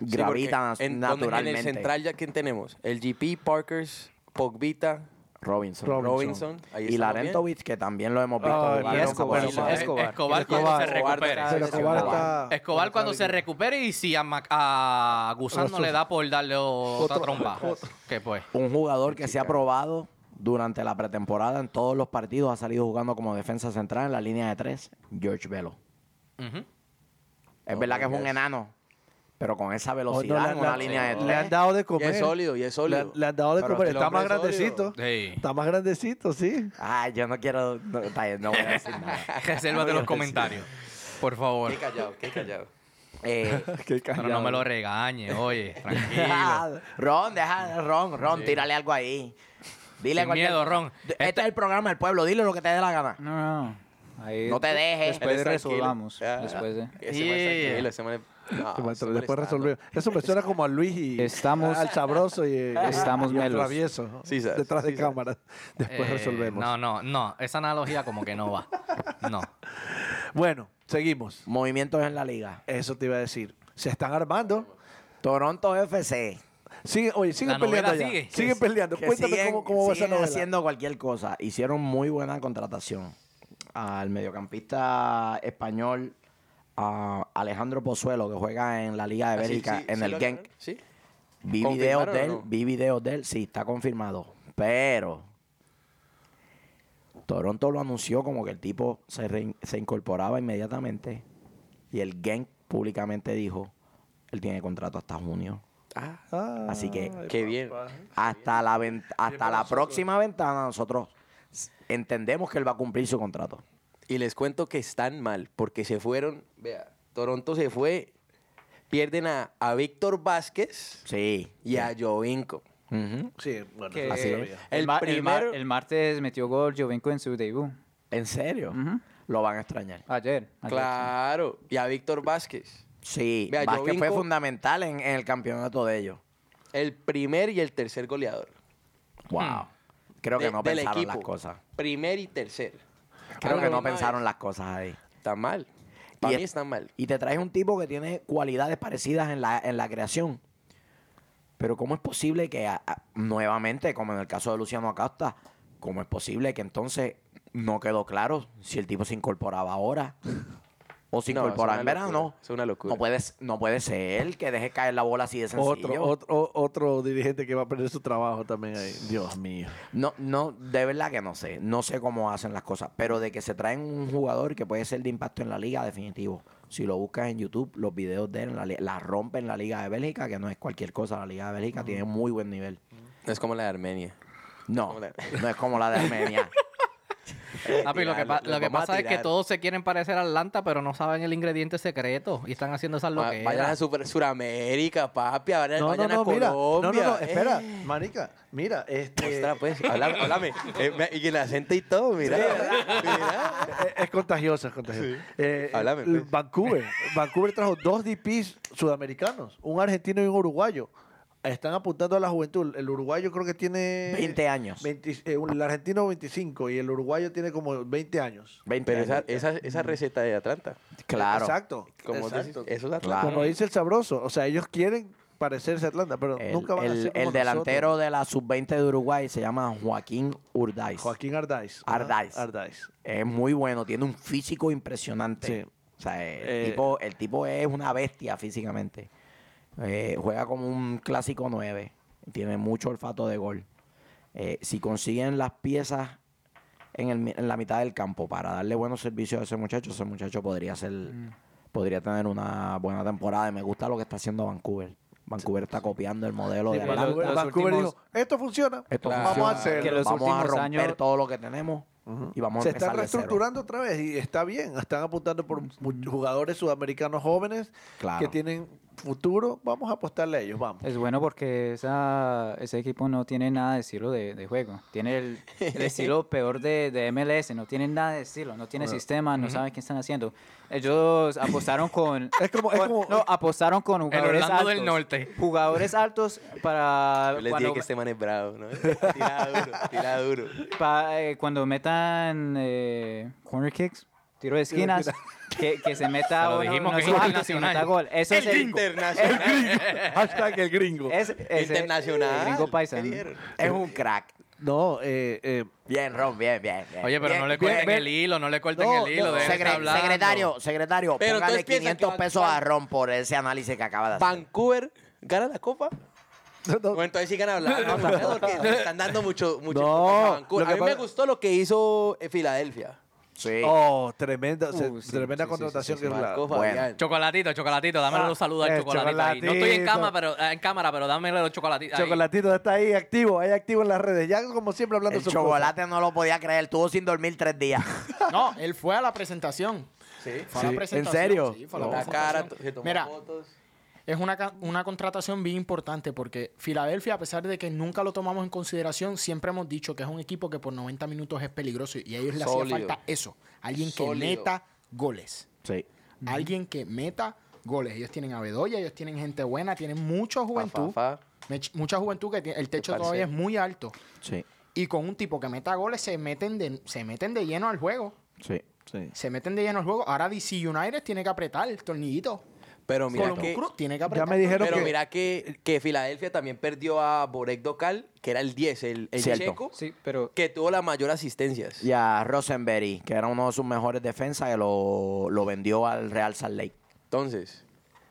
Speaker 2: porque
Speaker 1: gravita
Speaker 2: en- donde-
Speaker 1: naturalmente.
Speaker 2: En el central, ya ¿quién tenemos? El GP, Parkers, Pogbita,
Speaker 1: Robinson.
Speaker 2: Robinson.
Speaker 1: Y
Speaker 2: ahí estamos bien.
Speaker 1: Larentowicz, que también lo hemos visto.
Speaker 3: Ah,
Speaker 1: jugar
Speaker 6: y
Speaker 1: en
Speaker 6: Escobar.
Speaker 1: Europa.
Speaker 7: Eh, Escobar,
Speaker 6: Escobar.
Speaker 7: cuando se
Speaker 2: Escobar
Speaker 7: recupere.
Speaker 2: está
Speaker 3: Pero Escobar
Speaker 2: lesionado.
Speaker 3: Ah, está.
Speaker 7: Escobar cuando se recupere y si a, Mac- a Gusán no le da por darle o- otra
Speaker 3: (laughs)
Speaker 7: trompa. Que pues.
Speaker 1: Un jugador que se ha probado durante la pretemporada en todos los partidos, ha salido jugando como defensa central en la línea de tres, George Velo.
Speaker 7: Ujú.
Speaker 1: Es verdad que es un enano, pero con esa velocidad
Speaker 3: Oh, No, no, le
Speaker 1: en
Speaker 3: han
Speaker 1: una
Speaker 3: dado-
Speaker 1: línea de tres.
Speaker 3: Le han dado de
Speaker 2: Y
Speaker 3: comer.
Speaker 2: es sólido, y es
Speaker 3: Le,
Speaker 2: sólido.
Speaker 3: le han dado de
Speaker 2: Pero
Speaker 3: comer.
Speaker 2: el
Speaker 3: Está más
Speaker 2: hombre es sólido.
Speaker 3: grandecito.
Speaker 7: Sí.
Speaker 3: Está más grandecito, sí.
Speaker 1: Ay, yo no quiero. No, está bien, no voy a decir nada.
Speaker 3: (laughs)
Speaker 7: Resérvate los comentarios. Por favor.
Speaker 2: Qué callado, qué
Speaker 3: (laughs)
Speaker 2: callado.
Speaker 1: Eh,
Speaker 3: Qué
Speaker 7: Pero no me lo regañes,
Speaker 3: (laughs)
Speaker 7: oye. Tranquilo.
Speaker 1: ah, Ron, deja, Ron, Ron, tírale algo ahí. Dile
Speaker 7: Sin
Speaker 1: cualquier-
Speaker 7: miedo, Ron.
Speaker 1: D- Este, es el programa del pueblo, dile lo que te dé la gana.
Speaker 6: No, no. Ahí
Speaker 1: No te dejes.
Speaker 6: Después
Speaker 2: Eres tranquilo.
Speaker 6: resolvamos.
Speaker 2: Ah.
Speaker 3: ¿eh?
Speaker 6: Después de...
Speaker 2: Ese man es
Speaker 7: Yeah.
Speaker 2: tranquilo, ese man es- no,
Speaker 3: Te
Speaker 2: está
Speaker 3: mato- Después
Speaker 2: molestando.
Speaker 3: resolvió. Eso me suena como a Luis y
Speaker 6: Estamos-
Speaker 3: al sabroso y, y-
Speaker 6: Estamos
Speaker 3: y al
Speaker 6: melos.
Speaker 3: travieso ¿no?
Speaker 2: Sí, sabes,
Speaker 3: detrás
Speaker 2: sí,
Speaker 3: de
Speaker 2: sabes.
Speaker 3: cámaras. Después
Speaker 7: Eh,
Speaker 3: resolvemos.
Speaker 7: No, no, no. Esa analogía como que no va. No.
Speaker 3: Bueno, seguimos.
Speaker 1: Movimientos en la liga.
Speaker 3: Eso te iba a decir. Se están armando.
Speaker 1: Toronto FC.
Speaker 3: Sigue, oye, siguen
Speaker 7: La novela
Speaker 3: peleando allá.
Speaker 7: sigue.
Speaker 3: Siguen peleando.
Speaker 1: que
Speaker 3: Cuéntame
Speaker 1: siguen-
Speaker 3: cómo, cómo va esa
Speaker 1: siguen
Speaker 3: novela.
Speaker 1: haciendo cualquier cosa. Hicieron muy buena contratación al mediocampista español a Alejandro Pozuelo, que juega en la Liga de
Speaker 2: Ah, sí,
Speaker 1: Bélgica,
Speaker 2: sí,
Speaker 1: en
Speaker 2: sí
Speaker 1: el
Speaker 2: lo
Speaker 1: Genk.
Speaker 2: ganaron, Sí.
Speaker 1: Vi videos
Speaker 2: ¿Confirmaron
Speaker 1: de
Speaker 2: o
Speaker 1: él,
Speaker 2: no?
Speaker 1: vi videos de él, sí, está confirmado. Pero Toronto lo anunció como que el tipo se, rein- se incorporaba inmediatamente y el Genk públicamente dijo, él tiene contrato hasta junio.
Speaker 2: Ah,
Speaker 3: Ah,
Speaker 1: Así que-
Speaker 3: ay,
Speaker 2: qué bien.
Speaker 3: papá.
Speaker 1: Hasta la, ven- hasta la próxima ventana nosotros s- entendemos que él va a cumplir su contrato.
Speaker 2: Y les cuento que están mal, porque se fueron. Vea, Toronto se fue. Pierden a, a Víctor Vázquez
Speaker 1: Sí.
Speaker 2: y a Jovinko.
Speaker 1: Ujú.
Speaker 3: Sí, bueno,
Speaker 6: Que-
Speaker 3: eso
Speaker 1: Así
Speaker 3: sí
Speaker 1: es.
Speaker 3: sabía.
Speaker 2: El
Speaker 6: El, ma- el mar-
Speaker 2: primero-
Speaker 6: el martes metió gol Jovinko en su debut.
Speaker 1: ¿En serio?
Speaker 6: Ujú.
Speaker 1: Lo van a extrañar.
Speaker 6: Ayer. ayer,
Speaker 2: Claro. Y a Víctor Vázquez.
Speaker 1: Sí,
Speaker 2: Vea,
Speaker 1: Vázquez
Speaker 2: Jovinko-
Speaker 1: fue fundamental en, en el campeonato de ellos.
Speaker 2: El primer y el tercer goleador.
Speaker 1: Wow. Creo que
Speaker 2: Hmm. de-
Speaker 1: no
Speaker 2: del
Speaker 1: pensaron las
Speaker 2: equipo.
Speaker 1: cosas.
Speaker 2: Primer y tercer.
Speaker 1: Creo
Speaker 2: Ah,
Speaker 1: que
Speaker 2: la
Speaker 1: no
Speaker 2: misma
Speaker 1: pensaron
Speaker 2: vez.
Speaker 1: las cosas ahí.
Speaker 2: Está mal. Para
Speaker 1: Y
Speaker 2: mí
Speaker 1: es-
Speaker 2: está mal.
Speaker 1: Y te traes un tipo que tiene cualidades parecidas en la, en la creación. Pero ¿cómo es posible que a- a- nuevamente, como en el caso de Luciano Acosta, cómo es posible que entonces no quedó claro si el tipo se incorporaba ahora? o sin
Speaker 2: No, es
Speaker 1: corporal
Speaker 2: una
Speaker 1: en verano.
Speaker 2: locura, es una locura.
Speaker 1: No puedes, no puede ser que deje caer la bola así de sencillo.
Speaker 3: Otro, otro, otro dirigente que va a perder su trabajo también ahí. Dios mío.
Speaker 1: No, no, de verdad que no sé. No sé cómo hacen las cosas. Pero de que se traen un jugador que puede ser de impacto en la liga, definitivo. Si lo buscas en YouTube, los videos de él en la, li- la rompe en la Liga de Bélgica, que no es cualquier cosa. La Liga de Bélgica tiene muy buen nivel.
Speaker 2: No es como la de Armenia.
Speaker 1: No,
Speaker 2: Como la-
Speaker 1: no es como la de
Speaker 3: (laughs)
Speaker 1: Armenia.
Speaker 2: (laughs)
Speaker 7: Papi, lo que, pa- Eh, lo que pasa es que todos se quieren parecer a Atlanta, pero no saben el ingrediente secreto y están haciendo esas
Speaker 2: Va-
Speaker 7: loqueras.
Speaker 2: Vayan a Super- Suramérica, papi. Vayan,
Speaker 3: No, no,
Speaker 2: vayan
Speaker 3: no,
Speaker 2: a Colombia.
Speaker 3: mira. No, no, no,
Speaker 2: eh.
Speaker 3: espera. Marica, mira, este.
Speaker 2: Ostras, pues, háblame. (laughs) háblame. Eh, me- y el acento y todo, mira. mira.
Speaker 3: eh, es, es contagioso, es contagioso. Eh,
Speaker 2: Háblame,
Speaker 3: el-
Speaker 2: pues.
Speaker 3: Vancouver. Vancouver trajo dos DPs sudamericanos, un argentino y un uruguayo. Están apuntando a la juventud. El uruguayo creo que tiene...
Speaker 1: 20 años.
Speaker 3: 20 eh, un- el argentino 25 y el uruguayo tiene como 20 años.
Speaker 1: 20
Speaker 2: Pero esa,
Speaker 1: años.
Speaker 2: esa, esa receta de Atlanta.
Speaker 1: claro.
Speaker 3: Exacto.
Speaker 2: Como vos
Speaker 3: Exacto.
Speaker 2: decís, eso es Atlanta.
Speaker 1: Claro.
Speaker 3: Como dice el sabroso. O sea, ellos quieren parecerse a Atlanta, pero
Speaker 1: El,
Speaker 3: nunca van a
Speaker 1: el-
Speaker 3: ser como
Speaker 1: el delantero
Speaker 3: nosotros.
Speaker 1: de la sub-20 de Uruguay se llama Joaquín Urdáiz.
Speaker 3: Joaquín Ardaiz. Ajá,
Speaker 1: Ardaiz.
Speaker 3: Ardaiz.
Speaker 1: Es muy bueno, tiene un físico impresionante.
Speaker 3: Sí.
Speaker 1: O sea, el,
Speaker 3: Eh,
Speaker 1: tipo, el tipo es una bestia físicamente. Eh, juega como un clásico 9. Tiene mucho olfato de gol. Eh, si consiguen las piezas en, el mi- en la mitad del campo para darle buenos servicios a ese muchacho, ese muchacho podría ser,
Speaker 4: Mm.
Speaker 1: podría tener una buena temporada. Y me gusta lo que está haciendo Vancouver. Vancouver está copiando el modelo
Speaker 4: Sí,
Speaker 1: de
Speaker 4: pero-
Speaker 1: Atlanta.
Speaker 3: Vancouver,
Speaker 4: los
Speaker 3: Vancouver
Speaker 4: últimos-
Speaker 3: dijo, esto funciona,
Speaker 1: Esto
Speaker 4: Claro.
Speaker 3: vamos a
Speaker 1: funciona.
Speaker 3: hacerlo.
Speaker 4: Que los
Speaker 1: vamos a
Speaker 4: últimos
Speaker 1: romper
Speaker 4: años-
Speaker 1: todo lo que tenemos y vamos
Speaker 3: se
Speaker 1: a empezar
Speaker 3: están
Speaker 1: de cero.
Speaker 3: reestructurando otra vez y está bien. Están apuntando por mu- jugadores sudamericanos jóvenes
Speaker 1: Claro.
Speaker 3: que tienen futuro. Vamos a apostarle a ellos, vamos.
Speaker 4: Es bueno porque esa, ese equipo no tiene nada de estilo de, de juego. Tiene el, el estilo peor de, de MLS. No tiene nada de estilo. No tiene sistema. No saben qué están haciendo. Ellos apostaron con...
Speaker 3: Es como- es
Speaker 4: con-
Speaker 3: como-
Speaker 4: no, apostaron con jugadores
Speaker 7: Orlando
Speaker 4: altos.
Speaker 7: del Norte.
Speaker 4: Jugadores altos para...
Speaker 2: Yo les
Speaker 4: cuando-
Speaker 2: dije que este man es bravo, ¿no? (laughs) Tira duro, tira duro.
Speaker 4: pa- eh, cuando metan eh, corner kicks, tiro de esquinas, que, que se
Speaker 7: (laughs)
Speaker 4: meta
Speaker 7: Se lo
Speaker 4: uno,
Speaker 7: dijimos
Speaker 4: no
Speaker 7: que
Speaker 4: es
Speaker 7: es
Speaker 4: alto, sino
Speaker 7: internacional.
Speaker 4: meta gol. Eso es el,
Speaker 2: Internacional.
Speaker 3: Hashtag el gringo.
Speaker 4: es, es-
Speaker 2: Internacional.
Speaker 4: el gringo paisa.
Speaker 2: ¿Qué
Speaker 4: ¿no?
Speaker 2: dijeron?
Speaker 1: Es un crack.
Speaker 3: No, eh, eh, (laughs)
Speaker 1: Bien, Ron, bien, bien. bien.
Speaker 7: Oye, pero
Speaker 1: Bien,
Speaker 7: no le
Speaker 1: bien,
Speaker 7: corten
Speaker 1: bien.
Speaker 7: el hilo, no le corten
Speaker 3: No,
Speaker 7: el hilo.
Speaker 3: no,
Speaker 7: dejen de
Speaker 1: Segre-
Speaker 7: estar hablando.
Speaker 1: secretario, secretario,
Speaker 2: Pero
Speaker 1: póngale
Speaker 2: entonces piensa que
Speaker 1: 500
Speaker 2: Van-
Speaker 1: pesos a
Speaker 2: Van-
Speaker 1: Ron por ese análisis que acaba de hacer.
Speaker 2: Vancouver gana la copa.
Speaker 3: no, no,
Speaker 2: Bueno, entonces sigan hablando. porque le están dando mucho, mucho
Speaker 3: No,
Speaker 2: enfoque a
Speaker 3: lo
Speaker 2: Vancouver.
Speaker 3: que
Speaker 2: A mí me
Speaker 3: pasa-
Speaker 2: gustó lo que hizo eh, Filadelfia.
Speaker 1: Sí.
Speaker 3: Oh, tremenda, se-
Speaker 4: Uh, sí,
Speaker 3: tremenda
Speaker 4: sí, sí,
Speaker 3: contratación
Speaker 4: sí, sí,
Speaker 3: que es la-
Speaker 2: Marco
Speaker 1: Bueno.
Speaker 2: Fabián.
Speaker 7: Chocolatito, chocolatito, dámelo
Speaker 3: Ah,
Speaker 7: los saludos al
Speaker 3: el
Speaker 7: chocolatito, ahí. No estoy en
Speaker 3: chocolatito.
Speaker 7: cámara, pero eh, en cámara, pero dámelo los chocolatitos. ahí.
Speaker 3: Chocolatito está ahí activo, ahí activo en las redes. Ya como siempre hablando
Speaker 1: El
Speaker 3: sus
Speaker 1: chocolate no lo podía creer, estuvo sin dormir tres
Speaker 7: (laughs)
Speaker 1: días.
Speaker 5: No, él fue a la presentación.
Speaker 2: Sí.
Speaker 5: Fue a la
Speaker 3: Sí, ¿en
Speaker 5: presentación.
Speaker 3: serio?
Speaker 5: Sí, fue a la
Speaker 2: La cara,
Speaker 5: presentación.
Speaker 2: to- se tomó
Speaker 5: Mira,
Speaker 2: fotos.
Speaker 5: es una, ca- una contratación bien importante porque Filadelfia, a pesar de que nunca lo tomamos en consideración, siempre hemos dicho que es un equipo que por 90 minutos es peligroso y a ellos les hacía
Speaker 2: Sólido.
Speaker 5: falta eso. Alguien que
Speaker 2: Sólido.
Speaker 5: meta goles.
Speaker 1: Sí.
Speaker 5: Alguien que meta goles. Ellos tienen a Bedoya, ellos tienen gente buena, tienen mucha juventud.
Speaker 2: Fa, fa, fa.
Speaker 5: Mech- Mucha juventud que tiene- el techo
Speaker 2: parece?
Speaker 5: todavía es muy alto.
Speaker 1: Sí,
Speaker 5: Y con un tipo que meta goles se meten de, se meten de lleno al juego.
Speaker 1: sí.
Speaker 3: Sí.
Speaker 5: Se meten de lleno al juego. Ahora DC United tiene que apretar el tornillito.
Speaker 2: Pero mira
Speaker 5: Columbus
Speaker 2: que,
Speaker 5: Crew tiene que
Speaker 3: Ya
Speaker 5: apretar.
Speaker 3: me dijeron
Speaker 2: pero
Speaker 3: que-
Speaker 2: mira que, que Filadelfia también perdió a Borek Dokal, que era el 10, el, el
Speaker 1: Cierto.
Speaker 2: checo,
Speaker 4: Sí, pero
Speaker 2: que tuvo la mayor asistencias.
Speaker 1: Y a Rosenberry, que era uno de sus mejores defensas, que lo, lo vendió al Real Salt Lake.
Speaker 2: Entonces,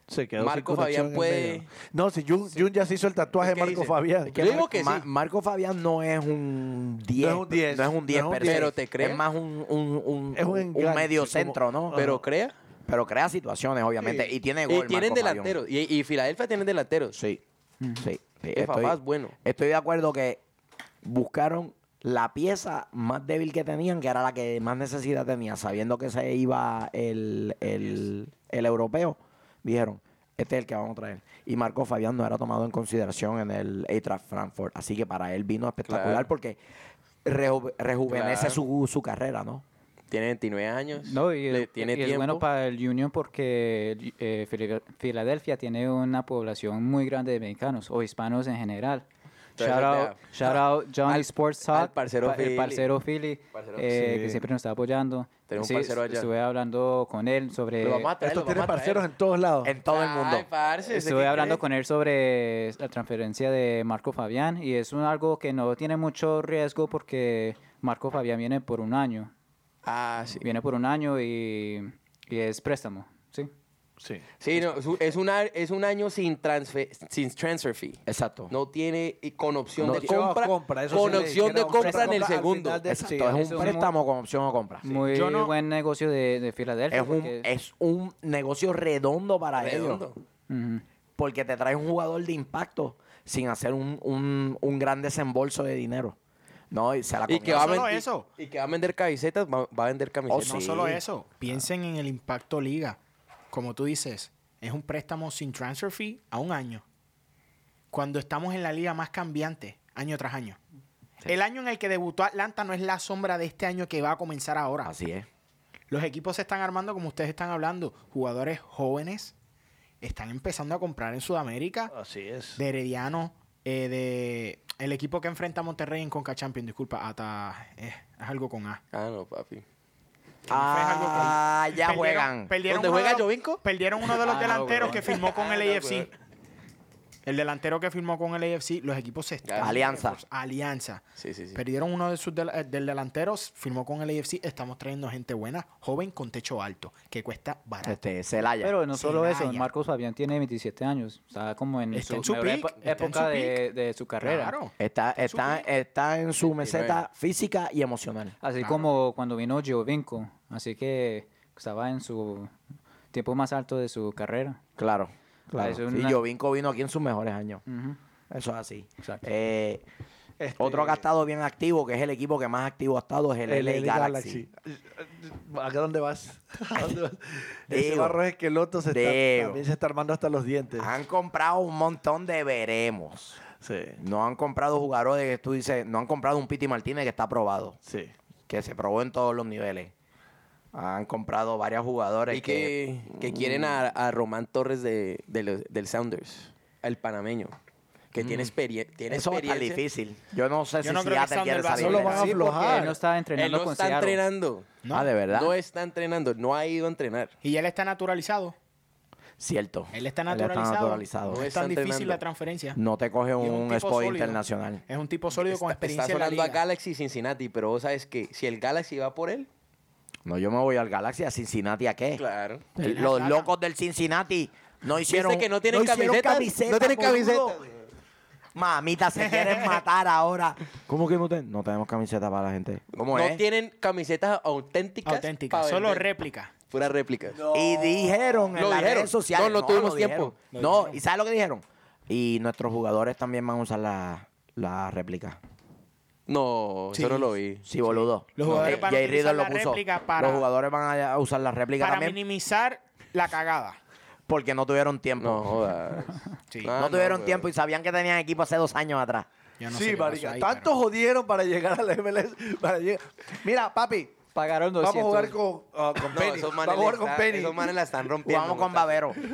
Speaker 3: Se quedó
Speaker 2: Marco
Speaker 3: sin conexión
Speaker 2: Fabián
Speaker 3: en
Speaker 2: puede-
Speaker 3: medio. No, si Jun, Jun ya se hizo el tatuaje de
Speaker 2: ¿Qué
Speaker 3: Marco
Speaker 2: dice?
Speaker 3: Fabián.
Speaker 2: Yo digo que
Speaker 1: Ma-
Speaker 2: sí.
Speaker 1: Marco Fabián no es un 10.
Speaker 3: No es un 10,
Speaker 1: No es un 10,
Speaker 3: no es un
Speaker 1: per se.
Speaker 2: 10. Pero te creo.
Speaker 1: Es más un, un, un,
Speaker 3: Es un
Speaker 1: un
Speaker 3: enganche,
Speaker 1: medio
Speaker 3: como-
Speaker 1: centro, ¿no?
Speaker 2: pero crea.
Speaker 1: Pero crea situaciones, obviamente. Y tiene Ah. gol.
Speaker 2: y tienen
Speaker 1: Marco Fabián.
Speaker 2: delanteros. Y, y Filadelfia tienen delanteros.
Speaker 1: Sí. Sí. sí.
Speaker 2: El Fafá es bueno.
Speaker 1: Estoy de acuerdo que buscaron la pieza más débil que tenían, que era la que más necesidad tenía, sabiendo que se iba el, el, el europeo. Dijeron, este es el que vamos a traer. Y Marco Fabián no era tomado en consideración en el Eintracht Frankfurt. Así que para él vino espectacular
Speaker 2: Claro.
Speaker 1: porque reju- rejuvenece
Speaker 2: Claro.
Speaker 1: su, su carrera, ¿no?
Speaker 2: Tiene 29 años.
Speaker 4: no, y,
Speaker 2: le tiene
Speaker 4: y
Speaker 2: tiempo.
Speaker 4: es bueno para el Union porque eh, Fila- Filadelfia tiene una población muy grande de mexicanos o hispanos en general.
Speaker 2: Entonces,
Speaker 4: shout, out,
Speaker 2: vea,
Speaker 4: shout out Johnny
Speaker 2: al-
Speaker 4: Sports
Speaker 2: al
Speaker 4: Talk,
Speaker 2: parcero
Speaker 4: pa- el
Speaker 2: Philly.
Speaker 4: parcero Philly,
Speaker 2: Parcero-
Speaker 4: eh,
Speaker 3: Sí.
Speaker 4: que siempre nos está apoyando.
Speaker 2: Tenemos
Speaker 4: Sí,
Speaker 2: un parcero allá.
Speaker 4: Estuve hablando con él sobre...
Speaker 2: Lo vamos a traer,
Speaker 3: Esto
Speaker 2: lo
Speaker 3: tiene
Speaker 2: vamos a traer.
Speaker 3: parceros en todos lados.
Speaker 1: En todo el mundo.
Speaker 2: Ay, parce, ¿usted
Speaker 4: Estuve
Speaker 2: qué
Speaker 4: hablando
Speaker 2: cree?
Speaker 4: con él sobre la transferencia de Marco Fabián y es un- algo que no tiene mucho riesgo porque Marco Fabián viene por un año.
Speaker 2: Ah, sí.
Speaker 4: Viene por un año y
Speaker 6: Y es préstamo, ¿sí?
Speaker 3: Sí.
Speaker 2: Sí, no, es un- es, una- es un año sin transfer, sin transfer fee.
Speaker 1: Exacto.
Speaker 2: No tiene y con opción
Speaker 3: No,
Speaker 2: de
Speaker 3: opción a
Speaker 2: compra.
Speaker 3: compra, eso
Speaker 2: con
Speaker 3: sí,
Speaker 2: opción
Speaker 3: que
Speaker 2: de
Speaker 3: era un
Speaker 2: compra en
Speaker 3: préstamo
Speaker 2: el
Speaker 3: al
Speaker 2: segundo.
Speaker 3: final de-
Speaker 1: Exacto,
Speaker 3: sí,
Speaker 1: es
Speaker 6: eso
Speaker 1: un
Speaker 6: es
Speaker 1: préstamo con opción o compra.
Speaker 6: Muy
Speaker 5: Yo no-
Speaker 6: buen negocio de, de Filadelfia.
Speaker 1: Es un,
Speaker 6: porque-
Speaker 1: es un negocio redondo para ellos.
Speaker 2: Redondo.
Speaker 6: Ujú.
Speaker 1: Porque te trae un jugador de impacto sin hacer un, un- un gran desembolso de dinero. No, y se la
Speaker 2: Y
Speaker 1: comió.
Speaker 2: que, va a
Speaker 5: No solo
Speaker 2: ven- y-
Speaker 5: eso.
Speaker 2: y que va a vender camisetas, va, va a vender
Speaker 1: Oh,
Speaker 2: camisetas.
Speaker 1: sí.
Speaker 5: No solo eso, piensen en el impacto liga. Como tú dices, es un préstamo sin transfer fee a un año. Cuando estamos en la liga más cambiante, año tras año. El año en el que debutó Atlanta no es la sombra de este año que va a comenzar ahora.
Speaker 1: Así es.
Speaker 5: Los equipos se están armando como ustedes están hablando. Jugadores jóvenes están empezando a comprar en Sudamérica.
Speaker 3: Así es.
Speaker 5: De Herediano, eh, de el equipo que enfrenta a Monterrey en Conca Champions. Disculpa, hasta es algo con A.
Speaker 2: Ah, no, papi.
Speaker 1: Ah, ya juegan.
Speaker 5: Perdieron
Speaker 2: ¿Dónde
Speaker 5: uno de
Speaker 2: juega
Speaker 5: los-
Speaker 2: Jovinko?
Speaker 5: Perdieron uno de los
Speaker 6: Ah, no,
Speaker 5: delanteros
Speaker 6: weón.
Speaker 5: que firmó con
Speaker 2: Ah,
Speaker 5: el
Speaker 2: (laughs) no,
Speaker 5: AFC. El delantero que firmó con el AFC, los equipos se están.
Speaker 1: Alianza.
Speaker 5: Alianza.
Speaker 2: Sí, sí, sí.
Speaker 5: Perdieron uno de sus del, eh, del delantero, firmó con el AFC. Estamos trayendo gente buena, joven, con techo alto, que cuesta barato.
Speaker 1: Este, Celaya.
Speaker 6: Pero no solo eso,
Speaker 5: Celaya.
Speaker 6: Marcos Fabián tiene 27 años. Está como en
Speaker 5: Está
Speaker 6: su,
Speaker 5: en su
Speaker 6: mejor
Speaker 5: peak,
Speaker 6: epo-
Speaker 5: está en
Speaker 6: época
Speaker 5: su
Speaker 6: de, de su carrera.
Speaker 5: Claro.
Speaker 1: Está,
Speaker 5: en su
Speaker 1: está,
Speaker 5: pick.
Speaker 1: está en su meseta física y emocional.
Speaker 6: Así
Speaker 5: Claro.
Speaker 6: como cuando vino Giovinco. Así que estaba en su tiempo más alto de su carrera.
Speaker 1: Claro. claro.
Speaker 6: Ah, eso es
Speaker 1: Sí,
Speaker 6: una-
Speaker 1: Jovinko vino aquí en sus mejores años.
Speaker 6: Ujú.
Speaker 1: Eso es así.
Speaker 6: Exacto.
Speaker 1: Eh,
Speaker 3: Este,
Speaker 1: otro que ha estado bien activo, que es el equipo que más activo ha estado, es el, LA, Galaxy.
Speaker 3: Galaxy. ¿A qué dónde vas? ¿A dónde vas? Ese
Speaker 1: Digo.
Speaker 3: barro esqueloto se está,
Speaker 1: Digo.
Speaker 3: también se está armando hasta los dientes.
Speaker 2: Ah.
Speaker 1: Han comprado un montón de veremos.
Speaker 3: Sí,
Speaker 1: No han comprado jugadores que tú dices, no han comprado un Piti Martínez que está aprobado,
Speaker 3: sí.
Speaker 1: que se probó en todos los niveles. Han comprado varios jugadores
Speaker 2: Y que, que quieren a, a Román Torres de, de los- del Sounders, el panameño, que tiene, experie- tiene
Speaker 1: Eso va a estar
Speaker 2: experiencia.
Speaker 1: difícil. Yo no sé
Speaker 5: Yo
Speaker 1: si
Speaker 5: no creo que
Speaker 1: Seattle
Speaker 5: Sander
Speaker 1: quiere
Speaker 5: va a
Speaker 1: salir.
Speaker 3: No lo
Speaker 1: de
Speaker 3: van a
Speaker 1: eso.
Speaker 6: Sí, porque
Speaker 3: aflojar.
Speaker 6: él no estaba
Speaker 2: Él
Speaker 6: entrenando
Speaker 2: no
Speaker 6: con
Speaker 2: está
Speaker 6: Seattle.
Speaker 2: entrenando.
Speaker 1: Ah, de verdad.
Speaker 2: No está entrenando, no ha ido a entrenar.
Speaker 5: Y él está naturalizado.
Speaker 1: Cierto.
Speaker 5: Él está naturalizado.
Speaker 1: naturalizado.
Speaker 5: No
Speaker 2: No
Speaker 5: es tan
Speaker 2: están
Speaker 5: difícil
Speaker 2: entrenando.
Speaker 5: la transferencia.
Speaker 1: No te coge
Speaker 5: Y es
Speaker 1: un,
Speaker 5: tipo
Speaker 1: spot
Speaker 5: sólido.
Speaker 1: internacional.
Speaker 5: Es un tipo sólido con
Speaker 2: Está, está
Speaker 5: experiencia en la
Speaker 2: sonando a
Speaker 5: liga.
Speaker 2: Galaxy Cincinnati, pero vos sabes que si el Galaxy va por él,
Speaker 1: No, yo me voy al Galaxy a Cincinnati a qué?
Speaker 2: claro.
Speaker 1: El- Los locos del Cincinnati no hicieron
Speaker 2: que no tienen
Speaker 1: hicieron
Speaker 2: camisetas?
Speaker 1: camiseta,
Speaker 2: No tienen
Speaker 1: boludo. Mamita, se quieren matar ahora. ¿Cómo que no ten- No tenemos camiseta para la gente. ¿Cómo
Speaker 2: no
Speaker 1: es?
Speaker 2: tienen camisetas auténticas.
Speaker 5: Auténtica.
Speaker 2: pa'
Speaker 5: Solo
Speaker 2: vender.
Speaker 5: réplica.
Speaker 2: Puras réplicas.
Speaker 1: Y dijeron en
Speaker 2: Lo
Speaker 1: las
Speaker 2: dijeron.
Speaker 1: redes sociales.
Speaker 2: No, no tuvimos
Speaker 1: lo
Speaker 2: tiempo.
Speaker 1: dijeron. No, ¿y sabes lo que dijeron? Y nuestros jugadores también van a usar la, la réplica.
Speaker 2: No,
Speaker 5: Sí.
Speaker 2: eso no lo vi.
Speaker 1: Sí, boludo.
Speaker 5: Los jugadores
Speaker 1: Eh,
Speaker 5: van a
Speaker 1: Jay
Speaker 5: utilizar
Speaker 1: Riddle lo
Speaker 5: la
Speaker 1: puso.
Speaker 5: réplica para-
Speaker 1: Los jugadores van a usar la réplica
Speaker 5: Para
Speaker 1: también
Speaker 5: minimizar la cagada.
Speaker 1: porque no tuvieron tiempo.
Speaker 2: No,
Speaker 1: No,
Speaker 2: jodas.
Speaker 5: (laughs) Sí.
Speaker 2: Ah,
Speaker 1: tuvieron
Speaker 2: no,
Speaker 1: tiempo y sabían que tenían equipo hace dos años atrás.
Speaker 5: Yo no sé
Speaker 3: sí,
Speaker 5: qué pasó
Speaker 3: marica.
Speaker 5: ahí,
Speaker 3: Tanto
Speaker 5: pero-
Speaker 3: jodieron para llegar a la MLS. para llegar- Mira, papi,
Speaker 6: Pagaron
Speaker 3: vamos a
Speaker 6: 200.
Speaker 3: jugar con, ah, con
Speaker 2: No,
Speaker 3: Penny.
Speaker 2: esos
Speaker 3: Vamos
Speaker 2: manes
Speaker 3: a
Speaker 2: la
Speaker 3: jugar con
Speaker 2: está-
Speaker 3: Penny.
Speaker 2: esos manes la están rompiendo.
Speaker 1: Jugamos con
Speaker 2: muchachos.
Speaker 1: Babero. No, son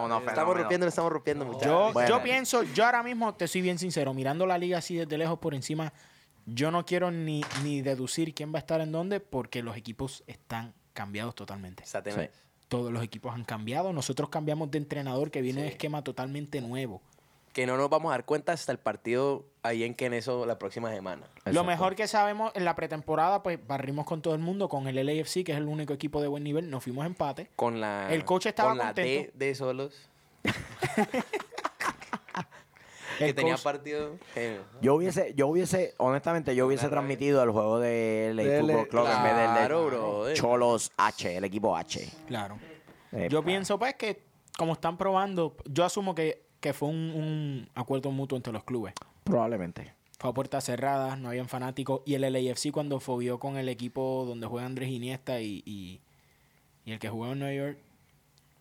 Speaker 1: unos
Speaker 2: Estamos
Speaker 1: fenómenos.
Speaker 2: rompiendo, lo estamos rompiendo, muchachos.
Speaker 5: Yo,
Speaker 1: Bueno.
Speaker 5: yo pienso, yo ahora mismo te soy bien sincero, mirando la liga así desde lejos por encima, yo no quiero ni, ni deducir quién va a estar en dónde porque los equipos están cambiados totalmente.
Speaker 2: Está tenaz.
Speaker 5: Todos los equipos han cambiado, nosotros cambiamos de entrenador que viene un esquema totalmente nuevo.
Speaker 2: Que no nos vamos a dar cuenta hasta el partido ahí en Keneso la próxima semana.
Speaker 5: Lo mejor que sabemos en la pretemporada, pues barrimos con todo el mundo, con el LAFC, que es el único equipo de buen nivel, nos fuimos a empate.
Speaker 2: Con la.
Speaker 5: El coach estaba
Speaker 2: con la D
Speaker 5: contento.
Speaker 2: de
Speaker 5: (laughs)
Speaker 2: solos. que
Speaker 5: El
Speaker 2: tenía
Speaker 5: coach-
Speaker 2: partido. eh,
Speaker 1: Yo hubiese, yo hubiese, honestamente, yo hubiese transmitido el juego de LA
Speaker 3: Del-
Speaker 1: Fútbol Club en vez del de
Speaker 2: Claro, brother.
Speaker 1: Cholos H, el equipo H.
Speaker 5: Claro.
Speaker 1: Eh,
Speaker 5: Yo
Speaker 1: pa-
Speaker 5: pienso, pues, que como están probando, yo asumo que, que fue un, un acuerdo mutuo entre los clubes.
Speaker 1: Probablemente.
Speaker 5: Fue a puertas cerradas, no habían fanáticos. Y el LAFC cuando fobió con el equipo donde juega Andrés Iniesta y, y, y el que jugó en Nueva York,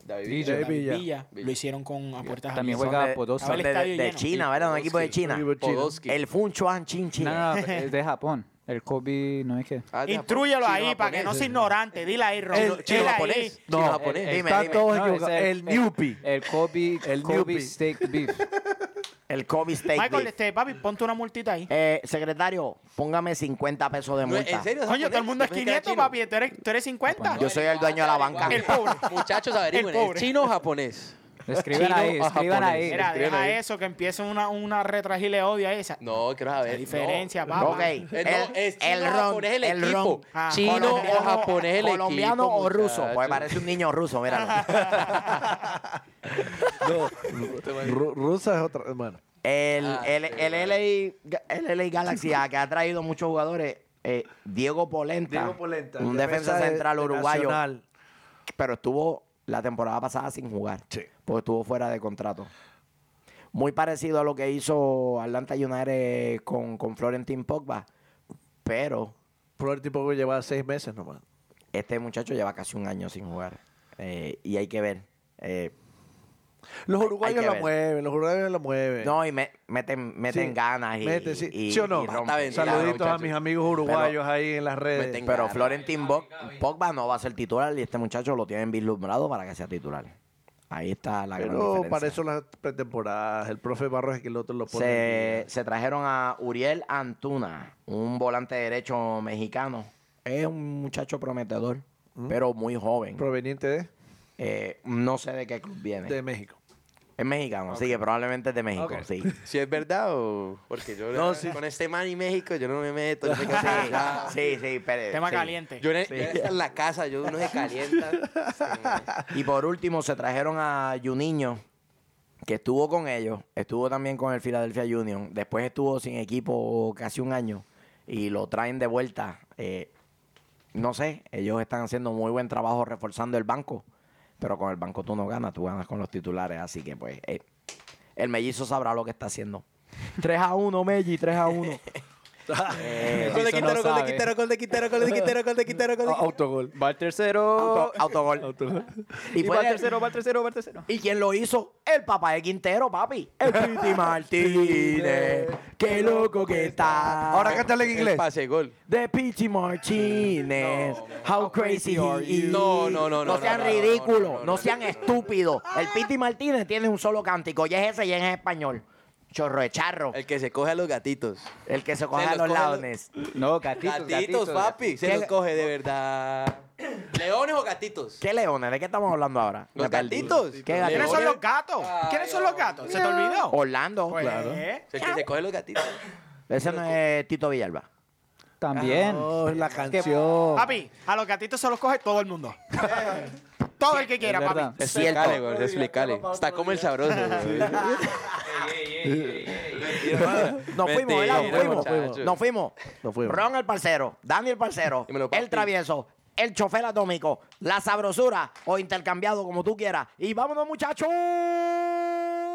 Speaker 2: David
Speaker 3: DJ
Speaker 2: Villa.
Speaker 5: David
Speaker 3: Villa.
Speaker 5: Villa,
Speaker 2: Villa.
Speaker 5: lo hicieron con a puertas
Speaker 6: También
Speaker 5: abiertas.
Speaker 6: juega
Speaker 2: Eh,
Speaker 1: de-
Speaker 6: Podolski.
Speaker 1: son de,
Speaker 5: Estaba el
Speaker 1: de
Speaker 5: estadio
Speaker 1: China, ¿verdad? Un equipo de China.
Speaker 3: Oliver China.
Speaker 2: Podolski.
Speaker 1: El Fun Chuan Chin Chin.
Speaker 6: No, no, no, es de Japón. El Kobe, no es que.
Speaker 2: Ah, de Japón.
Speaker 5: Intrúyelo
Speaker 2: Chino
Speaker 5: ahí para que no
Speaker 2: japonés.
Speaker 5: sea ignorante. Dile ahí, Ron.
Speaker 3: El
Speaker 5: Dile
Speaker 3: chino
Speaker 5: ahí.
Speaker 2: japonés.
Speaker 3: No,
Speaker 2: Chino japonés.
Speaker 1: Dime,
Speaker 3: están
Speaker 1: dime.
Speaker 3: todos
Speaker 6: No,
Speaker 3: equivocados.
Speaker 6: es
Speaker 3: El, Newpi.
Speaker 6: El Kobe, el
Speaker 3: Newbie.
Speaker 6: Kobe Steak Beef.
Speaker 1: El Kobe Steak
Speaker 5: Michael,
Speaker 1: Beef.
Speaker 5: este, papi, ponte una multita ahí.
Speaker 1: Eh, secretario, póngame 50 pesos de
Speaker 2: No,
Speaker 1: multa.
Speaker 2: ¿En serio?
Speaker 5: Coño, todo el mundo es
Speaker 2: Yo pensé que era
Speaker 5: 500,
Speaker 2: chino.
Speaker 5: papi. ¿Tú eres, tú eres 50?
Speaker 1: Yo soy el dueño de la banca.
Speaker 5: El pobre.
Speaker 2: Muchachos, averigüen.
Speaker 5: El
Speaker 2: ¿Es
Speaker 5: pobre.
Speaker 2: chino o japonés?
Speaker 6: Escriban ahí,
Speaker 2: Chino a
Speaker 6: escriban ahí.
Speaker 2: japonés.
Speaker 5: Mira,
Speaker 2: Escriben
Speaker 5: deja
Speaker 2: ahí.
Speaker 5: eso, que empiece una, una retragile odia esa.
Speaker 2: No, quiero
Speaker 5: La
Speaker 2: saber.
Speaker 5: diferencia,
Speaker 2: no.
Speaker 5: papá.
Speaker 1: Ok.
Speaker 2: Eh, no, es chino o japonés el equipo.
Speaker 5: Ah,
Speaker 2: Chino o
Speaker 1: Colombiano,
Speaker 2: japonés el equipo.
Speaker 1: Colombiano o ruso. Pues
Speaker 2: muchacho.
Speaker 1: parece un niño ruso, míralo.
Speaker 2: este
Speaker 3: Ru- Rusa es otra. Bueno.
Speaker 1: El,
Speaker 2: Ah,
Speaker 1: el,
Speaker 2: sí,
Speaker 1: el LA, el LA Galaxy a que ha traído muchos jugadores. eh, Diego Polenta.
Speaker 3: Diego Polenta.
Speaker 1: Un defensa,
Speaker 3: de-
Speaker 1: central
Speaker 3: de
Speaker 1: uruguayo.
Speaker 3: Nacional.
Speaker 1: Pero estuvo la temporada pasada sin jugar.
Speaker 3: Sí.
Speaker 1: Porque estuvo fuera de contrato. Muy parecido a lo que hizo Atlanta United con, con Florentín Pogba. Pero
Speaker 3: Pero el tipo que llevaba seis meses nomás.
Speaker 1: este muchacho lleva casi un año sin jugar. Eh, y hay que ver. Eh,
Speaker 3: Los
Speaker 1: Hay- hay
Speaker 3: uruguayos
Speaker 1: que
Speaker 3: la
Speaker 1: ver.
Speaker 3: mueven, los uruguayos la mueven.
Speaker 1: no, y me- meten, meten
Speaker 3: Sí.
Speaker 1: ganas. Y,
Speaker 3: Mete, sí.
Speaker 1: y-
Speaker 3: ¿Sí o no?
Speaker 1: y
Speaker 2: Basta
Speaker 1: rompen.
Speaker 2: ventilar,
Speaker 1: Claro,
Speaker 3: Saluditos a
Speaker 2: muchachos.
Speaker 3: mis amigos uruguayos ahí en las redes.
Speaker 2: meten-
Speaker 1: Pero
Speaker 2: Gavi,
Speaker 1: Florentin Bo- Pogba no va a ser titular y este muchacho lo tienen vislumbrado para que sea titular. Ahí está la gran
Speaker 3: Pero
Speaker 1: diferencia.
Speaker 3: para eso las pretemporadas. El profe Barros es que el otro lo pone.
Speaker 1: se, se trajeron a Uriel Antuna, un volante derecho mexicano. Es un muchacho prometedor,
Speaker 3: Mm.
Speaker 1: pero muy joven.
Speaker 3: Proveniente de,
Speaker 1: Eh, no sé de qué club viene.
Speaker 3: de México.
Speaker 1: Es mexicano, sí, que probablemente es de México,
Speaker 3: Ok. (laughs)
Speaker 1: sí.
Speaker 2: Si es verdad o... Porque yo con este man y México yo no me meto. Yo me quedo callado.
Speaker 1: Sí, sí, pero-
Speaker 5: Tema
Speaker 1: sí.
Speaker 5: caliente.
Speaker 2: Yo en, (laughs) en la casa, yo uno se
Speaker 6: (laughs)
Speaker 2: calienta. Este man.
Speaker 1: Y por último, se trajeron a Juninho, que estuvo con ellos, estuvo también con el Philadelphia Union, después estuvo sin equipo casi un año y lo traen de vuelta. Eh, no sé, ellos están haciendo muy buen trabajo reforzando el banco, pero con el banco tú no ganas, tú ganas con los titulares, así que pues eh, el mellizo sabrá lo que está haciendo. 3 a 1, Melli, 3 a 1. Eh,
Speaker 2: Gol de
Speaker 6: Eso no
Speaker 2: Quintero, gol de
Speaker 6: sabe.
Speaker 2: Quintero, gol de Quintero, gol de Quintero, gol de Quintero, gol de Quintero.
Speaker 4: Autogol. Va el tercero.
Speaker 1: auto- autogol.
Speaker 4: Y,
Speaker 1: fue
Speaker 4: va el
Speaker 1: de-
Speaker 4: tercero, va el tercero, va el tercero.
Speaker 1: ¿Y quién lo hizo? El papá de Quintero, papi. El Piti Martínez. Qué loco que está.
Speaker 3: Ahora cántale en
Speaker 2: El
Speaker 3: inglés.
Speaker 2: pase gol.
Speaker 1: De Piti Martínez. How crazy
Speaker 2: are
Speaker 1: he is.
Speaker 2: you? No, no, no,
Speaker 1: No
Speaker 2: no,
Speaker 1: sean
Speaker 2: no, no, no, no,
Speaker 1: ridículos.
Speaker 2: no,
Speaker 1: No
Speaker 2: no,
Speaker 1: sean
Speaker 2: no, no,
Speaker 1: estúpidos. El Piti Martínez tiene un solo cántico. Y es ese y es en español. Chorro de charro.
Speaker 2: El que se coge a los gatitos.
Speaker 1: El que se coge
Speaker 2: Se
Speaker 1: a los
Speaker 2: los coge los-
Speaker 1: launes.
Speaker 6: No, gatitos,
Speaker 2: Gatitos, papi. Se
Speaker 1: ¿Qué-
Speaker 2: los coge de verdad. ¿Leones o gatitos?
Speaker 1: ¿Qué leones? ¿De qué estamos hablando ahora?
Speaker 2: Los
Speaker 1: Me perdí.
Speaker 2: gatitos.
Speaker 1: ¿Qué
Speaker 5: ¿Quiénes
Speaker 1: gatitos?
Speaker 5: son los gatos? ¿Quiénes son los gatos? ¿Se te olvidó?
Speaker 1: Orlando.
Speaker 5: Pues,
Speaker 1: Claro.
Speaker 5: ¿eh?
Speaker 2: El que se coge los gatitos.
Speaker 1: Ese no es Tito Villalba.
Speaker 6: También.
Speaker 2: Ah,
Speaker 3: Oh, la
Speaker 6: que-
Speaker 3: canción.
Speaker 5: Papi, a los gatitos se los coge todo el mundo. todo el que quiera,
Speaker 6: verdad.
Speaker 5: papi.
Speaker 1: Es cierto.
Speaker 2: Explícale, güey, explícale. Está como el sabroso. (laughs) güey.
Speaker 1: Nos fuimos,
Speaker 2: Mentira,
Speaker 1: ¿verdad? Nos fuimos.
Speaker 2: muchachos.
Speaker 1: Nos fuimos.
Speaker 3: Nos fuimos.
Speaker 1: Ron el parcero, Dani el parcero,
Speaker 2: Dímelo, papi.
Speaker 1: el travieso, el chofer atómico, la sabrosura o intercambiado como tú quieras. Y vámonos, muchachos.